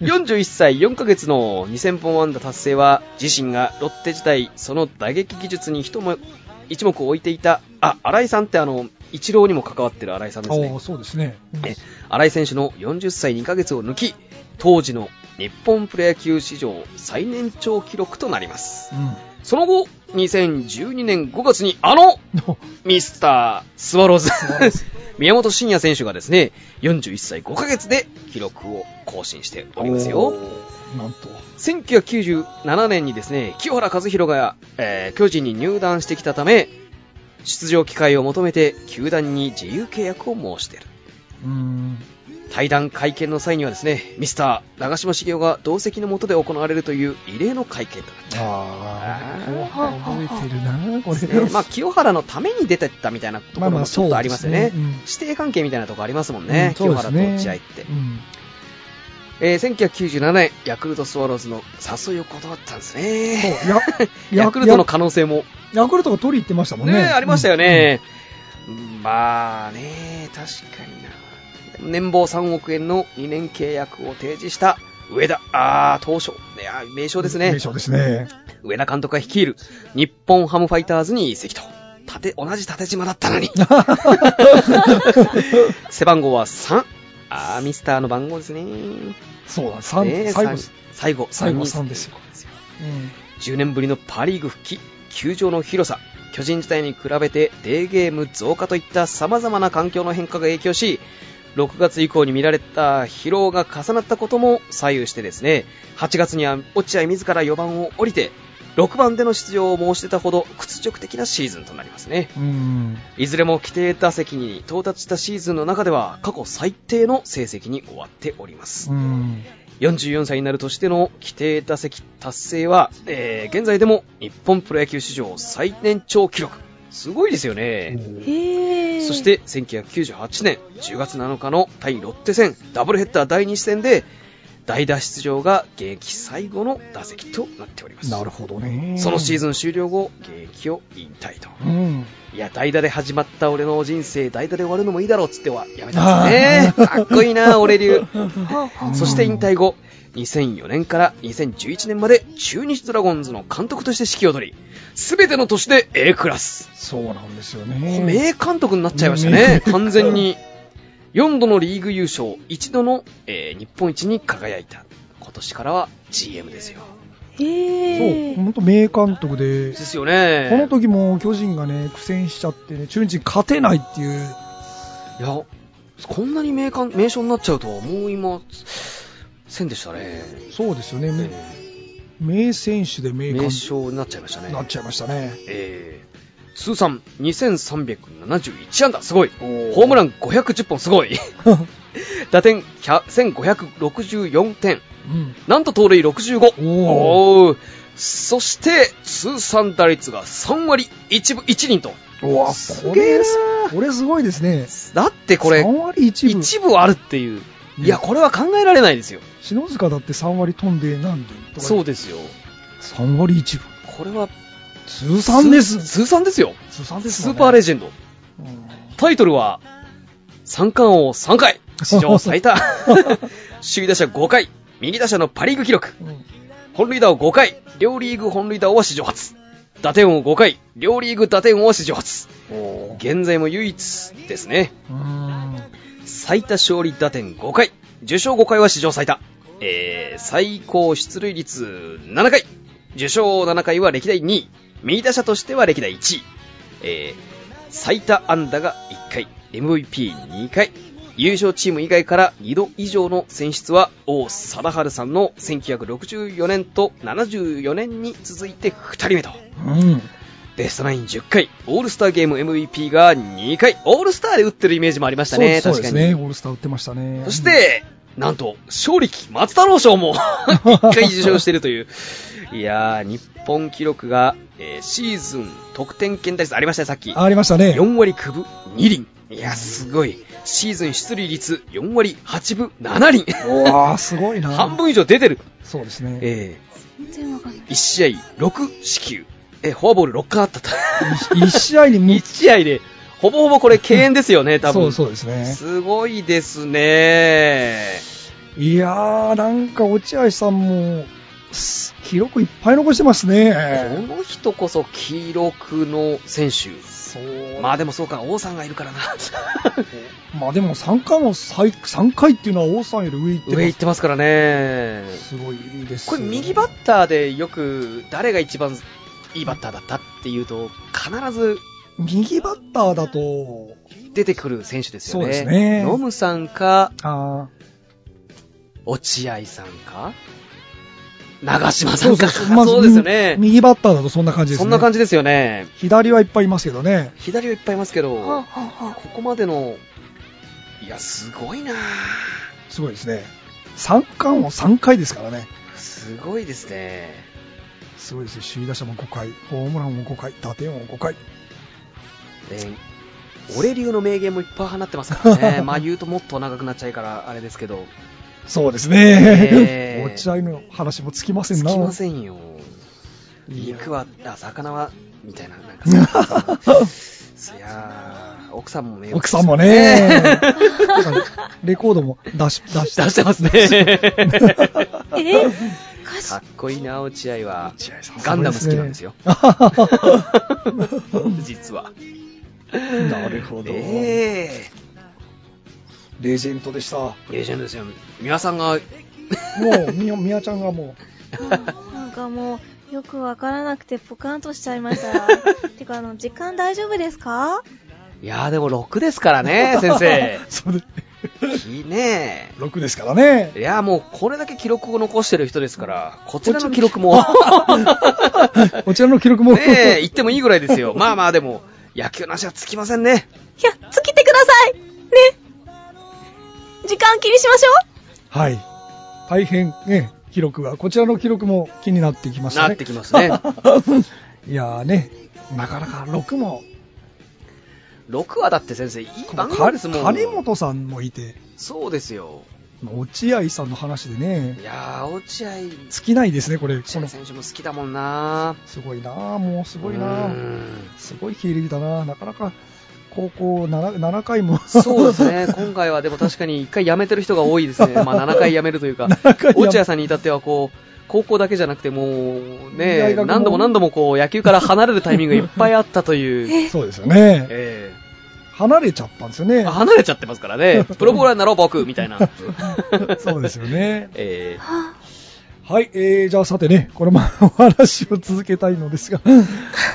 D: 41歳4ヶ月の2000本安打達成は、自身がロッテ時代、その打撃技術に一目一目置いていた、あ、新井さんってあの、一郎にも関わってる新井さんですね
B: あ。あ、そうですね。うん
D: え新井選手の40歳2ヶ月を抜き当時の日本プロ野球史上最年長記録となりますその後2012年5月にあの
B: うん。
D: ミスタースワローズ 宮本慎也選手がですね41歳5ヶ月で記録を更新しておりますよ
B: なんと。
D: 1997年にですね清原和博が、えー巨人に入団してきたため出場機会を求めて球団に自由契約を申している
B: うん。
D: 対談会見の際にはですねミスター長嶋茂雄が同席の下で行われるという異例の会見となっ
B: あ
C: あ
B: あ、覚えてるな、 こ
D: て
B: れ。
D: ねまあ、清原のために出てったみたいなところもちょっとありますよね,、
B: うん
D: 師弟関係みたいなところありますもんね、
B: うんそう
D: 清
B: です
D: 原
B: ね
D: と落合って、
B: うん
D: えー1997年ヤクルトスワローズの誘いを断ったんですね
B: そうやや
D: ヤクルトの可能性も
B: ヤクルトが取り行ってましたもん
D: ね
B: ね。
D: ありましたよね、まあね確かにな年俸3億円の2年契約を提示した上田ああ東証いや名
B: う
D: 称
B: ん。
D: ですね
B: 名称ですね。
D: 上田監督が率いる日本ハムファイターズに移籍と。縦、同じ縦島だった のに。背番号は3。あー、ミスターの番号ですね。
B: そうだ、三
D: ね
B: 最後、
D: さん最後、
B: 最後
D: 三
B: 3ですよ。
D: 10年ぶりのパ・リーグ復帰、球場の広さ、巨人時代に比べてデーゲーム増加といった様々な環境の変化が影響し、6月以降に見られた疲労が重なったことも左右してですね、8月には落合自ら4番を降りて、6番での出場を申し出たほど屈辱的なシーズンとなりますね。
B: うん。
D: いずれも規定打席に到達したシーズンの中では過去最低の成績に終わっております
B: う。ん。
D: 44歳になるとしての規定打席達成は、えー現在でも日本プロ野球史上最年長記録。すごいですよね。
C: へえ。
D: そし、て、1998年10月7日の対ロッテ戦、ダブルヘッダー第2戦で、代打出場が現役最後の打席となっております。
B: なるほどね。
D: そのシー
B: ズ
D: ズン終了後、現役を引退と。
B: ン。うん。
D: いや、代打で始まった俺の人生、代打で終わるのもいいだろうっつっては、やめたんですね。かっこいいな、俺流。そして引退後、2004年から2011年まで中日ドラゴンズの監督として指揮を取り、すべての年で A クラス。
B: そうなんですよね。
D: 名監督になっちゃいましたね、完全に。4度のリーグ優勝、1度の、えー日本一に輝いた。今年からは GM ですよ。
C: へえ。
B: そう、本当名監督で
D: で、すよ
B: この
D: ね。
B: 時も巨人がね、苦戦しちゃってね、中日に勝てないっていう、
D: いや、こんなに名監名称になっちゃうとは思いませんでしたね。
B: そうですよね、
D: え
B: 名選手で名
D: ー
B: 監
D: 名
B: 督
D: 称になっちゃいましたね
B: に。なっちゃいましたね。
D: えー通算2371安打、すごい。
B: ー
D: ホームラン510本、すごい。 打点100 1564点。
B: うん、
D: なんと盗塁65。
B: お
D: おーそして、通算打率が3割1分1厘と。
B: うわ、
D: す
B: こ
D: げえ
B: れ
D: な
B: す、これすごいですね。
D: だってこれ
B: 3、割1分。
D: 一部あるっていう。いや、これは考えられないですよ。
B: 篠塚だって3割飛んで何でとか
D: そうですよ。
B: 3割1分。
D: これは、
B: 通算です。
D: 通算ですよ。
B: 通算です
D: ス
B: もん
D: ー
B: ね、
D: パーレジェンド。
B: うん
D: タイトルは、三冠王3回、史 上最多。首位打者5回、右打者のパリーグ記録。
B: うん
D: 本塁打を5回、両リーグ本塁打王は史上初。打点王5回、両リーグ打点王は史上初。
B: おー
D: 現在も唯一ですね。
B: うん
D: 最多勝利打点5回、受賞5回は史上最多。えー、最高出塁率7回、受賞7回は歴代2位、右打者としては歴代1位。えー、最多安打が1回、MVP2 回、優勝チーム以外から2度以上の選出は王貞治さんの1964年と74年に続いて2人目と。
B: うん
D: ベストナイン10回、オールスターゲーム MVP が2回、オールスターで打ってるイメージもありました
B: そうで
D: ね、
B: すそう
D: 確
B: で
D: か
B: す
D: に。
B: ね。オールスター打ってましたね。
D: そして、なんと、勝力松太郎 賞も1回受賞してるという。いやー、日本記録が、えーシーズン得点圏打率ありましたね、さっき
B: うん、。ありましたね。
D: 4割9分2厘。いや、すごい。シーズン出塁率4割8分7厘。
B: うわー、すごいな。
D: 半分以上出てる。
B: そうですね。
D: え
C: 全然わかんない
D: ー、1試合6四球。え、フォアボール6回あったと。
B: 1試 合に
D: 1
B: 3つ。
D: 試合で、ほぼほぼこれ敬遠ですよね、多
B: そ
D: 分。
B: うそうですね。
D: すごいですね。
B: いやー、なんか落合さんも、す記録いっぱい残してます
D: こ
B: ね。
D: の人こそ記録の選手。
B: そう
D: ま
B: ま
D: あでもそうか、王さんがいる からな。
B: あでも3回も最、3回っていうのは王さんより上行って
D: 上行ってますからね。
B: ます。すごいです
D: こ
B: よ。
D: れ右バッターでよく誰が一番いいバッターだったっていうと、必ず
B: 右バッターだと、
D: 出てくる選手ですよね。
B: そうですね
D: ノムさんか、
B: あー
D: 落合さんか、長嶋さんか。そう
B: まず
D: ですよね。
B: 右バッターだとそんな感じですね。
D: そんな感じですよね。
B: 左はいっぱいいますけどね。
D: 左はいっぱいいますけど、
C: はあは
D: こ
C: あはあ
D: こまでの、いや、すごいなぁ
B: すごいですね。三冠を3回ですからね。
D: すごいですね。
B: すごいですよ。首位打者も5回、ホームランも5回、打点も5回。
D: ね俺流の名言もいっぱい放ってますから ね。まあ言うともっと長くなっちゃうから、あれですけど。
B: そうですね
D: え。ー
B: 落合の話もつきません
D: つ
B: な。
D: きませんよ。
B: いや
D: 肉は、あ、魚は、みたいな、なんか そう。いやー奥さんも名
B: 奥さんもね。なんかレコードも出し、 出し
D: 出してます ね。
C: えー歌詞
D: かっこいいな、落合は。
B: 落合さん
D: ガンダム好きなん ですよ。実は。
B: なるほど。
D: え
B: レジェンドでした。も
D: えレジェンドですよ。皆さんが、
B: う、みや、みやちゃんがも
C: なんかもう、よくわからなくてポカンとしちゃいました。てか、あの、時間大丈夫ですか
D: いやーでも6ですから ね、先生
B: う、。 それ、
D: きねえ
B: 6ですからね。
D: いや、もうこれだけ記録を残してる人ですから、こちらの記録 も、
B: こちらの記録も。
D: ねえ、言ってもいいぐらいですよ。まあまあでも、野球の話はつきませんね。
C: いや、尽きてくださいね時間気にしましょ
B: はい。大変ね、記録が、こちらの記録も気になってきましたね。
D: なってきますね
B: いやーね、なかなか6も、
D: 6はだって先生、いい番号
B: か
D: ですもん。
B: 金本さんもいて、
D: そうですよ。
B: 落合さんの話でね
D: い、やー、落合、
B: 尽きないですね、これ。
D: 落
B: こ
D: 合
B: の
D: 選手も好きだもんな
B: すごいなあもうす
D: す
B: ごいなあすごい経歴だなあなかなか、高校 7, 7回も。
D: そうですね、今回はでも確かに1回辞めてる人が多い ですね、まあ、7回辞めるというか
B: 7回、辞め
D: 落合さんに至ってはこう、高校だけじゃなくて、もう
B: 大
D: ね、
B: 学も
D: 何度も何度もこう野球から離れるタイミングがいっぱいあった という、
B: そうですよね。
D: え
B: 離れちゃったんですよね。
D: え離れちゃってますからね、プロボーラーになろう、僕みたいな、
B: そうですよね。
D: え
C: うは
B: はい、えー、じゃあさてね、このままお話を続けたいのです が、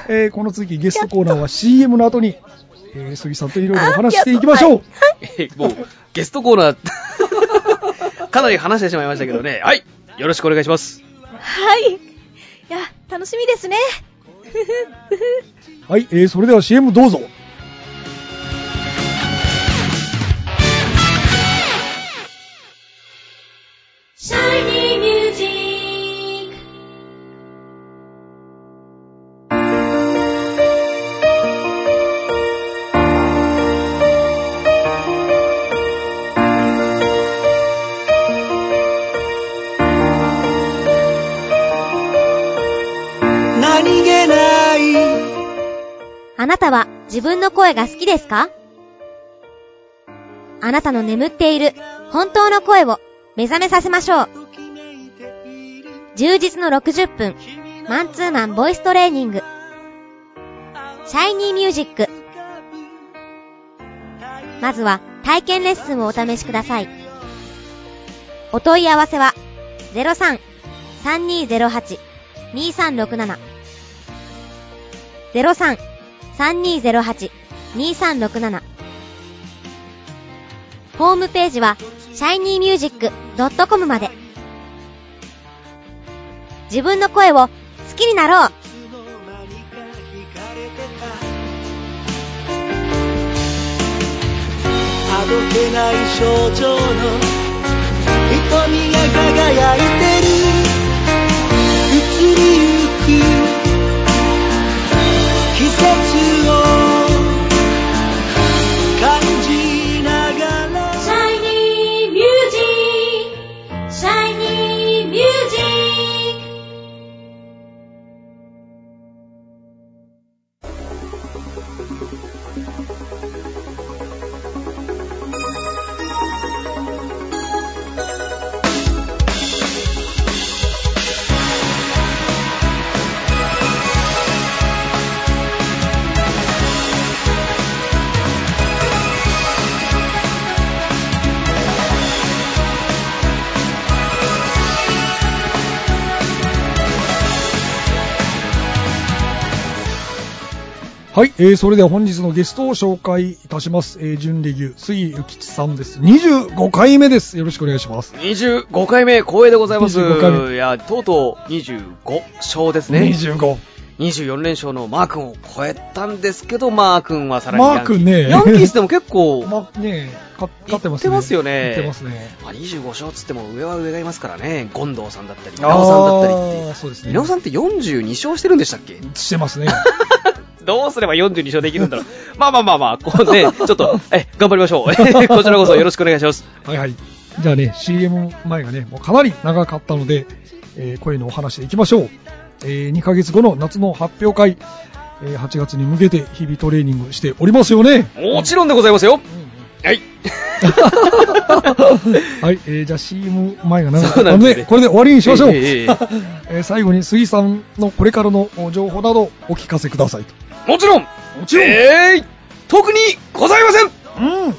B: えー、この次ゲストコーナーは CM の後に、えー、杉さんといろいろお話していきましょう。
D: えもうゲストコーナー、 かなり話してしまいましたけどね、はい、よろしくお願いします。
C: はい。いや、楽しみですね。
B: はい、えー、それでは CM どうぞ。
A: Shiny Music!
E: 何気ない
F: あなたは自分の声が好きですかあなたの眠っている本当の声を目覚めさせましょう。充実の60分、マンツーマンボイストレーニング。シャイニーミュージック。まずは体験レッスンをお試しください。お問い合わせは03-3208-2367 03-3208-2367ホームページは shinymusic.com まで自分の声を好きになろう
E: あどけない症状の瞳が輝いてる移りゆく季節を感
B: はい、えー、それでは本日のゲストを紹介いたします。えー、準レギュ、杉ゆきちさんです。25回目です。よろしくお願いします。
D: 25回目、光栄でございます。
B: 25回目
D: いや、とうとう25勝ですね。
B: 25。
D: 24連勝のマー君を超えたんですけど、マー君はさらにヤン
B: マー君ね
D: ヤンキースでも結構、
B: まあ、ねえ、か勝ってますね。
D: いってますよね
B: いってますね。
D: まあ、25勝つっても上は上がいますからね、権藤さんだったり、稲尾さんだったりって
B: あーそうです
D: いう。
B: ね。
D: 稲尾さんって42勝してるんでしたっけ
B: してますね。
D: どうすれば42勝できるんだろう。 まあまあまあまあ、こうね、ちょっと、え、頑張りましょう。 こちらこそよろしくお願いします。
B: はいはい。じゃあね、CM 前がね、もうかなり長かったので、えー声のお話でいきましょう。え2ヶ月後の夏の発表会、えー8月に向けて日々トレーニングしておりますよね。
D: もちろんでございますよ。はい。
B: はい、えーじゃあ CM 前が長か
D: そ
B: っ
D: うな
B: た
D: ん
B: の
D: ですね
B: で、これで終わりにしましょう。
D: ええええ
B: えー最後に杉さんのこれからの情報などお聞かせくださいと。
D: もちろんもちろんえー、特にございません
B: うん。
D: うー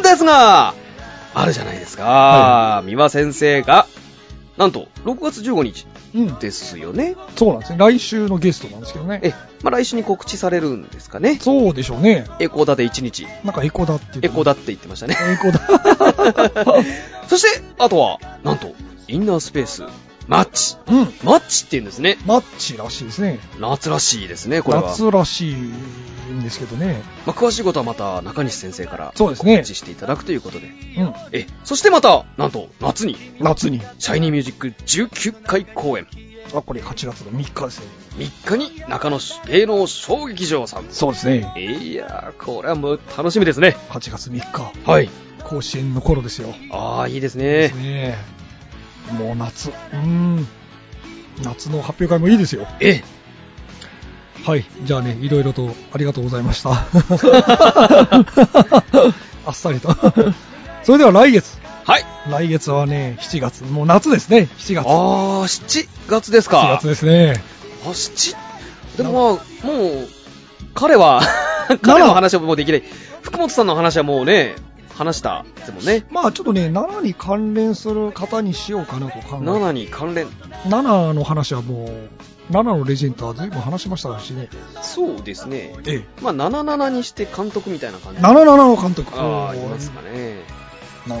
D: んですが、あるじゃないですか。三輪先生が、なんと、6月15日
B: うん。
D: ですよね。
B: そうなんですね。来週のゲストなんですけどね。
D: え、まあ、来週に告知されるんですかね。
B: そうでしょうね。
D: エコーだで1日。
B: なんかエコだって言って
D: エコーだって言ってまし たね。
B: エコだ。
D: そして、あとは、なんと、インナースペース、マッチ。
B: うん。
D: マッチって言うんですね。
B: マッチらしいですね。
D: 夏らしいですね、これは。
B: 夏らしいんですけどね。
D: まあ、詳しいことはまた中西先生から
B: そうですね
D: 告知していただくということで。
B: うん。
D: え、そしてまた、なんと、夏に、
B: 夏に。
D: シャイニーミュージック19回公演。
B: あ、これ8月の3日ですね。
D: 3日に中野市芸能小劇場さん。
B: そうですね。
D: いやー、これはもう楽しみですね。
B: 8月3日。
D: はい。
B: 甲子園の頃ですよ。
D: あー、いいです
B: です。
D: ね
B: ねもう夏。うーん。夏の発表会もいいですよ。
D: え、
B: はい。じゃあね、いろいろとありがとうございました。 あっさりと。それでは来月。
D: はい。
B: 来月はね、7月。もう夏ですね。7月。7
D: あー、7月ですか
B: 月。ですね。、
D: あ、七でもまあ、もう、彼は彼の話はもうできない。福本さんの話はもうね、話したですもんね。
B: まあちょっとね、7に関連する方にしようかなと考えて
D: 7に関連、
B: 7の話はもう、7のレジェンドは随分話しましたしね。
D: そうですね。
B: え
D: まあ、77にして監督みたいな感じ。
B: 77の監督。
D: ああ、い
B: おー
D: ますかね。
B: 77、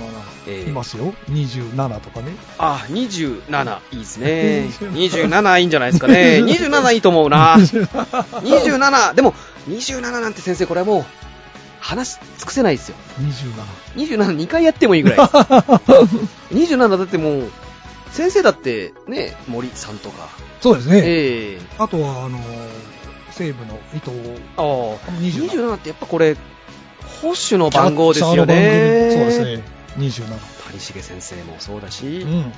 D: ええ
B: いますよ。27とかね。
D: あ、27、いいですね。27いいんじゃないですかね。27いいと思うな。27、でも、27なんて先生、これはもう、話尽くせないですよ。
B: 27。
D: 27、2回やってもいいぐらい。27だってもう、先生だって、ね、森さんとか。
B: そうですね。
D: ええ
B: あとは、あのー西武の伊藤。
D: ああ、
B: 27
D: 27ってやっぱこれ、保守の番号です
B: キャ
D: よね。
B: ッチャーの番組そうですね。
D: 谷繁先生もそうだし、
B: 27。うん。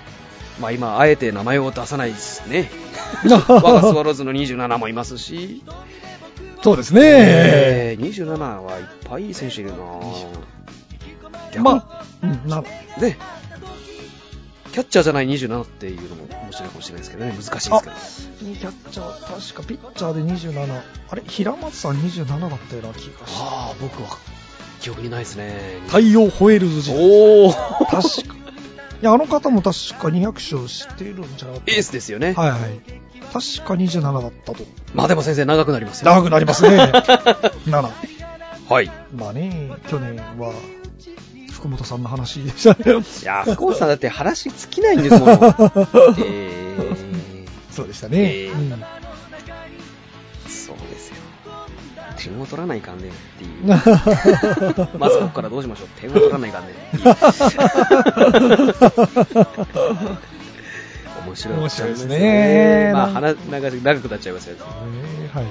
D: まあ今、あえて名前を出さないです ね。 我がスワローズの27もいますし、
B: そうですね。
D: えー27はいっぱいいい選手いるな逆
B: まあ、うん、7。
D: あ、ね、キャッチャーじゃない27っていうのも面白いかもしれないですけどね、難しいですけど。
B: キャッチャー、確かピッチャーで27。あれ平松さん27だったような気がした。
D: ああ、僕は記憶にないですね。
B: 太陽ホエールズ時代。
D: おお
B: 確か。いや、あの方も確か200勝してるんじゃなかっ
D: エースですよね。
B: た。はいはい。確か27だったと。
D: まあでも先生長くなりますよ。
B: 長くなりますね。7。
D: はい。い
B: まあね、去年は、福本さんの話でしたね。
D: やー、福本さんだって話尽きないんですも ん。えー
B: そうでしたね。
D: えー
B: うん
D: そうですよ。点を取らないかんねんって いう。まずここからどうしましょう。点を取らないかんね んっていう。面白い。
B: 面白いですね
D: まあ、話、長く長くなっちゃいますよ。
B: えーはい。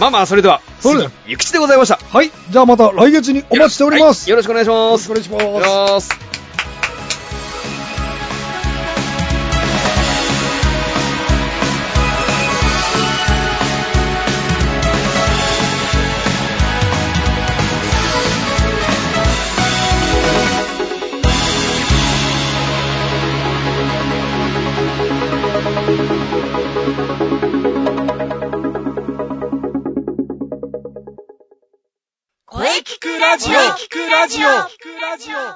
D: まあまあ、それでは、
B: それでは
D: ゆきちでございました。
B: はい。じゃあまた来月にお待ちしております。
D: よろしくお願いします。
B: よろしくお願いします
D: お願いします。
E: 声聞くラジオ聞くラジオ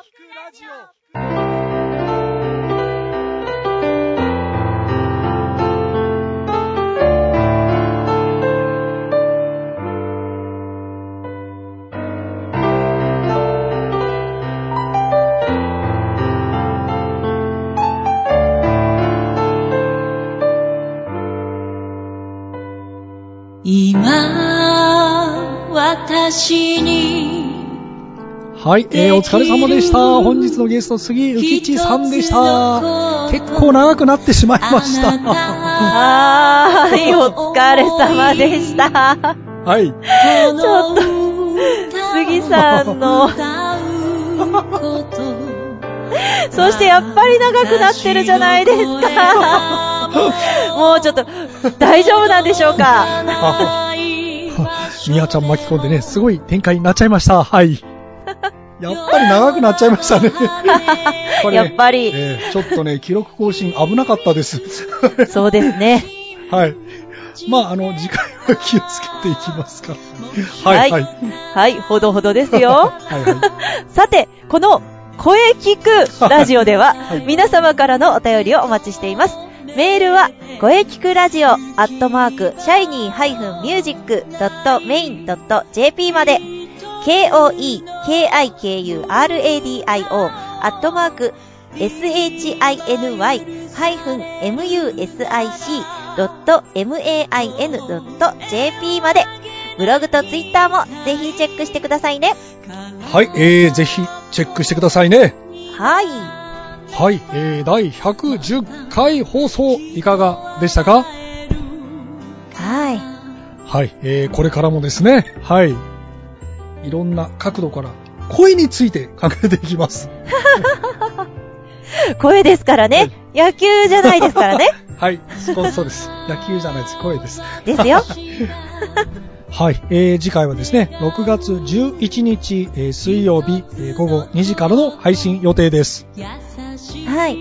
A: 今、私に、
B: はい、えー、お疲れ様でした。本日のゲスト、杉ゆきちさんでした。結構長くなってしまいました。
C: はーい、お疲れ様でした。
B: は
A: ち
C: ょ
B: い。
C: っと杉さんの そしてやっぱり長くなってるじゃないです か。 もうちょっと、大丈夫なんでしょう か
B: みやちゃん巻き込んでね、 すごい展開になっちゃいました。はい。やっぱり長くなっちゃい ましたね。これ
C: や
B: ね
C: っぱり
B: えーちょっとね、記録更新危なかったです。
C: そうですね。
B: はい。まあ、あの、次回は気をつけていきますから。は、
C: はいい。
B: はい。。
C: はい、ほどほどですよ
B: はい、はい。
C: さて、この声聞くラジオでは、
B: はい
C: 皆様からのお便りをお待ちしています。メールは、声聞くラジオ、アットマーク、シャイニー -music.main.jp まで、k-o-e-k-i-k-u-r-a-d-i-o、アットマーク、shiny-music.main.jp まで、ブログとツイッターもぜひチェックしてくださいね。
B: はい、えー、ぜひチェックしてくださいね。
C: はい。
B: はい、えー、第110回放送いかがでしたか
C: はい。
B: はい、えー、これからもですね、はい、いろんな角度から声について考えていきます。
C: 声ですからね。野球じゃないですからね。
B: はい、そうそ うです。野球じゃないです、声です。
C: ですよ。
B: はい、えー、次回はですね、6月11日、えー水曜日、えー午後2時からの配信予定です。
C: はい。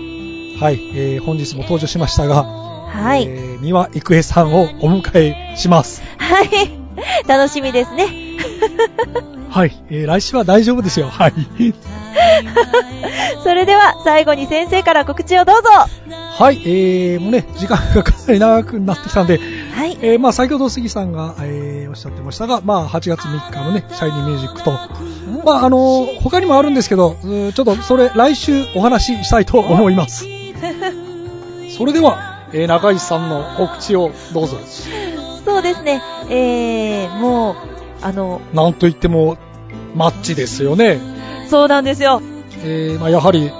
B: はい、えー、本日も登場しましたが、
C: は
B: え
C: い。
B: ー、三輪郁恵さんをお迎えします。
C: はい。 楽しみですね。
B: はい、えー、来週は大丈夫ですよ。はい。
C: それでは最後に先生から告知をどうぞ。
B: はい、えー、もうね、時間がかなり長くなってきたんで、
C: はい。
B: えー、まあ、先ほど杉さんが、えー、おっしゃってましたが、まあ、8月3日のね、シャイニーミュージックと、まあ、あのー他にもあるんですけど、うーちょっとそれ、来週お話ししたいと思います。それでは、えー、中石さんの告知をどうぞ。
C: そうですね。えー、もう、あの、
B: なんといっても、マッチですよね。
C: そうなんですよ。
B: えー、まあ、やはり、え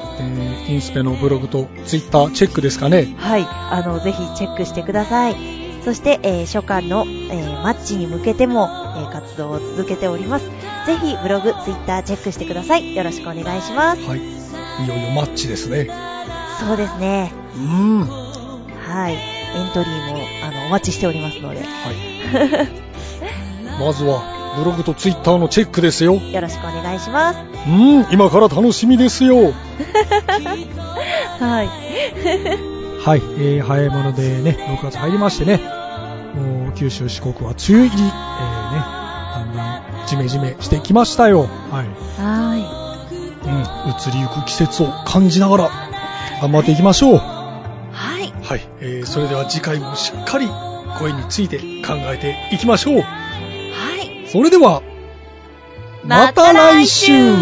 B: ー、インスペのブログとツイッターチェックですかね。
C: はい。あの、ぜひチェックしてください。そして、えー初夏の、えーマッチに向けても、えー活動を続けております。ぜひ、ブログ、ツイッターチェックしてください。よろしくお願いします。
B: はい。いよいよマッチですね。
C: そうですね。
B: うん。は
C: はい。エントリーも、あの、お待ちしておりますので、
B: い。 まずは、ブログとツイッターのチェックですよ。
C: よろしくお願いします。
B: うん、今から楽しみですよ。
C: はい。
B: はい、えー、早いものでね、6月入りましてね、もう九州、四国は梅雨入り、えー、ね、だんだんジメジメしてきましたよ。はい。
C: は
B: うん、移りゆく季節を感じながら、頑張っていきましょう。
C: い。はい。
B: はい、えー、それでは次回もしっかり声について考えていきましょう。
C: はい。
B: それでは、また来週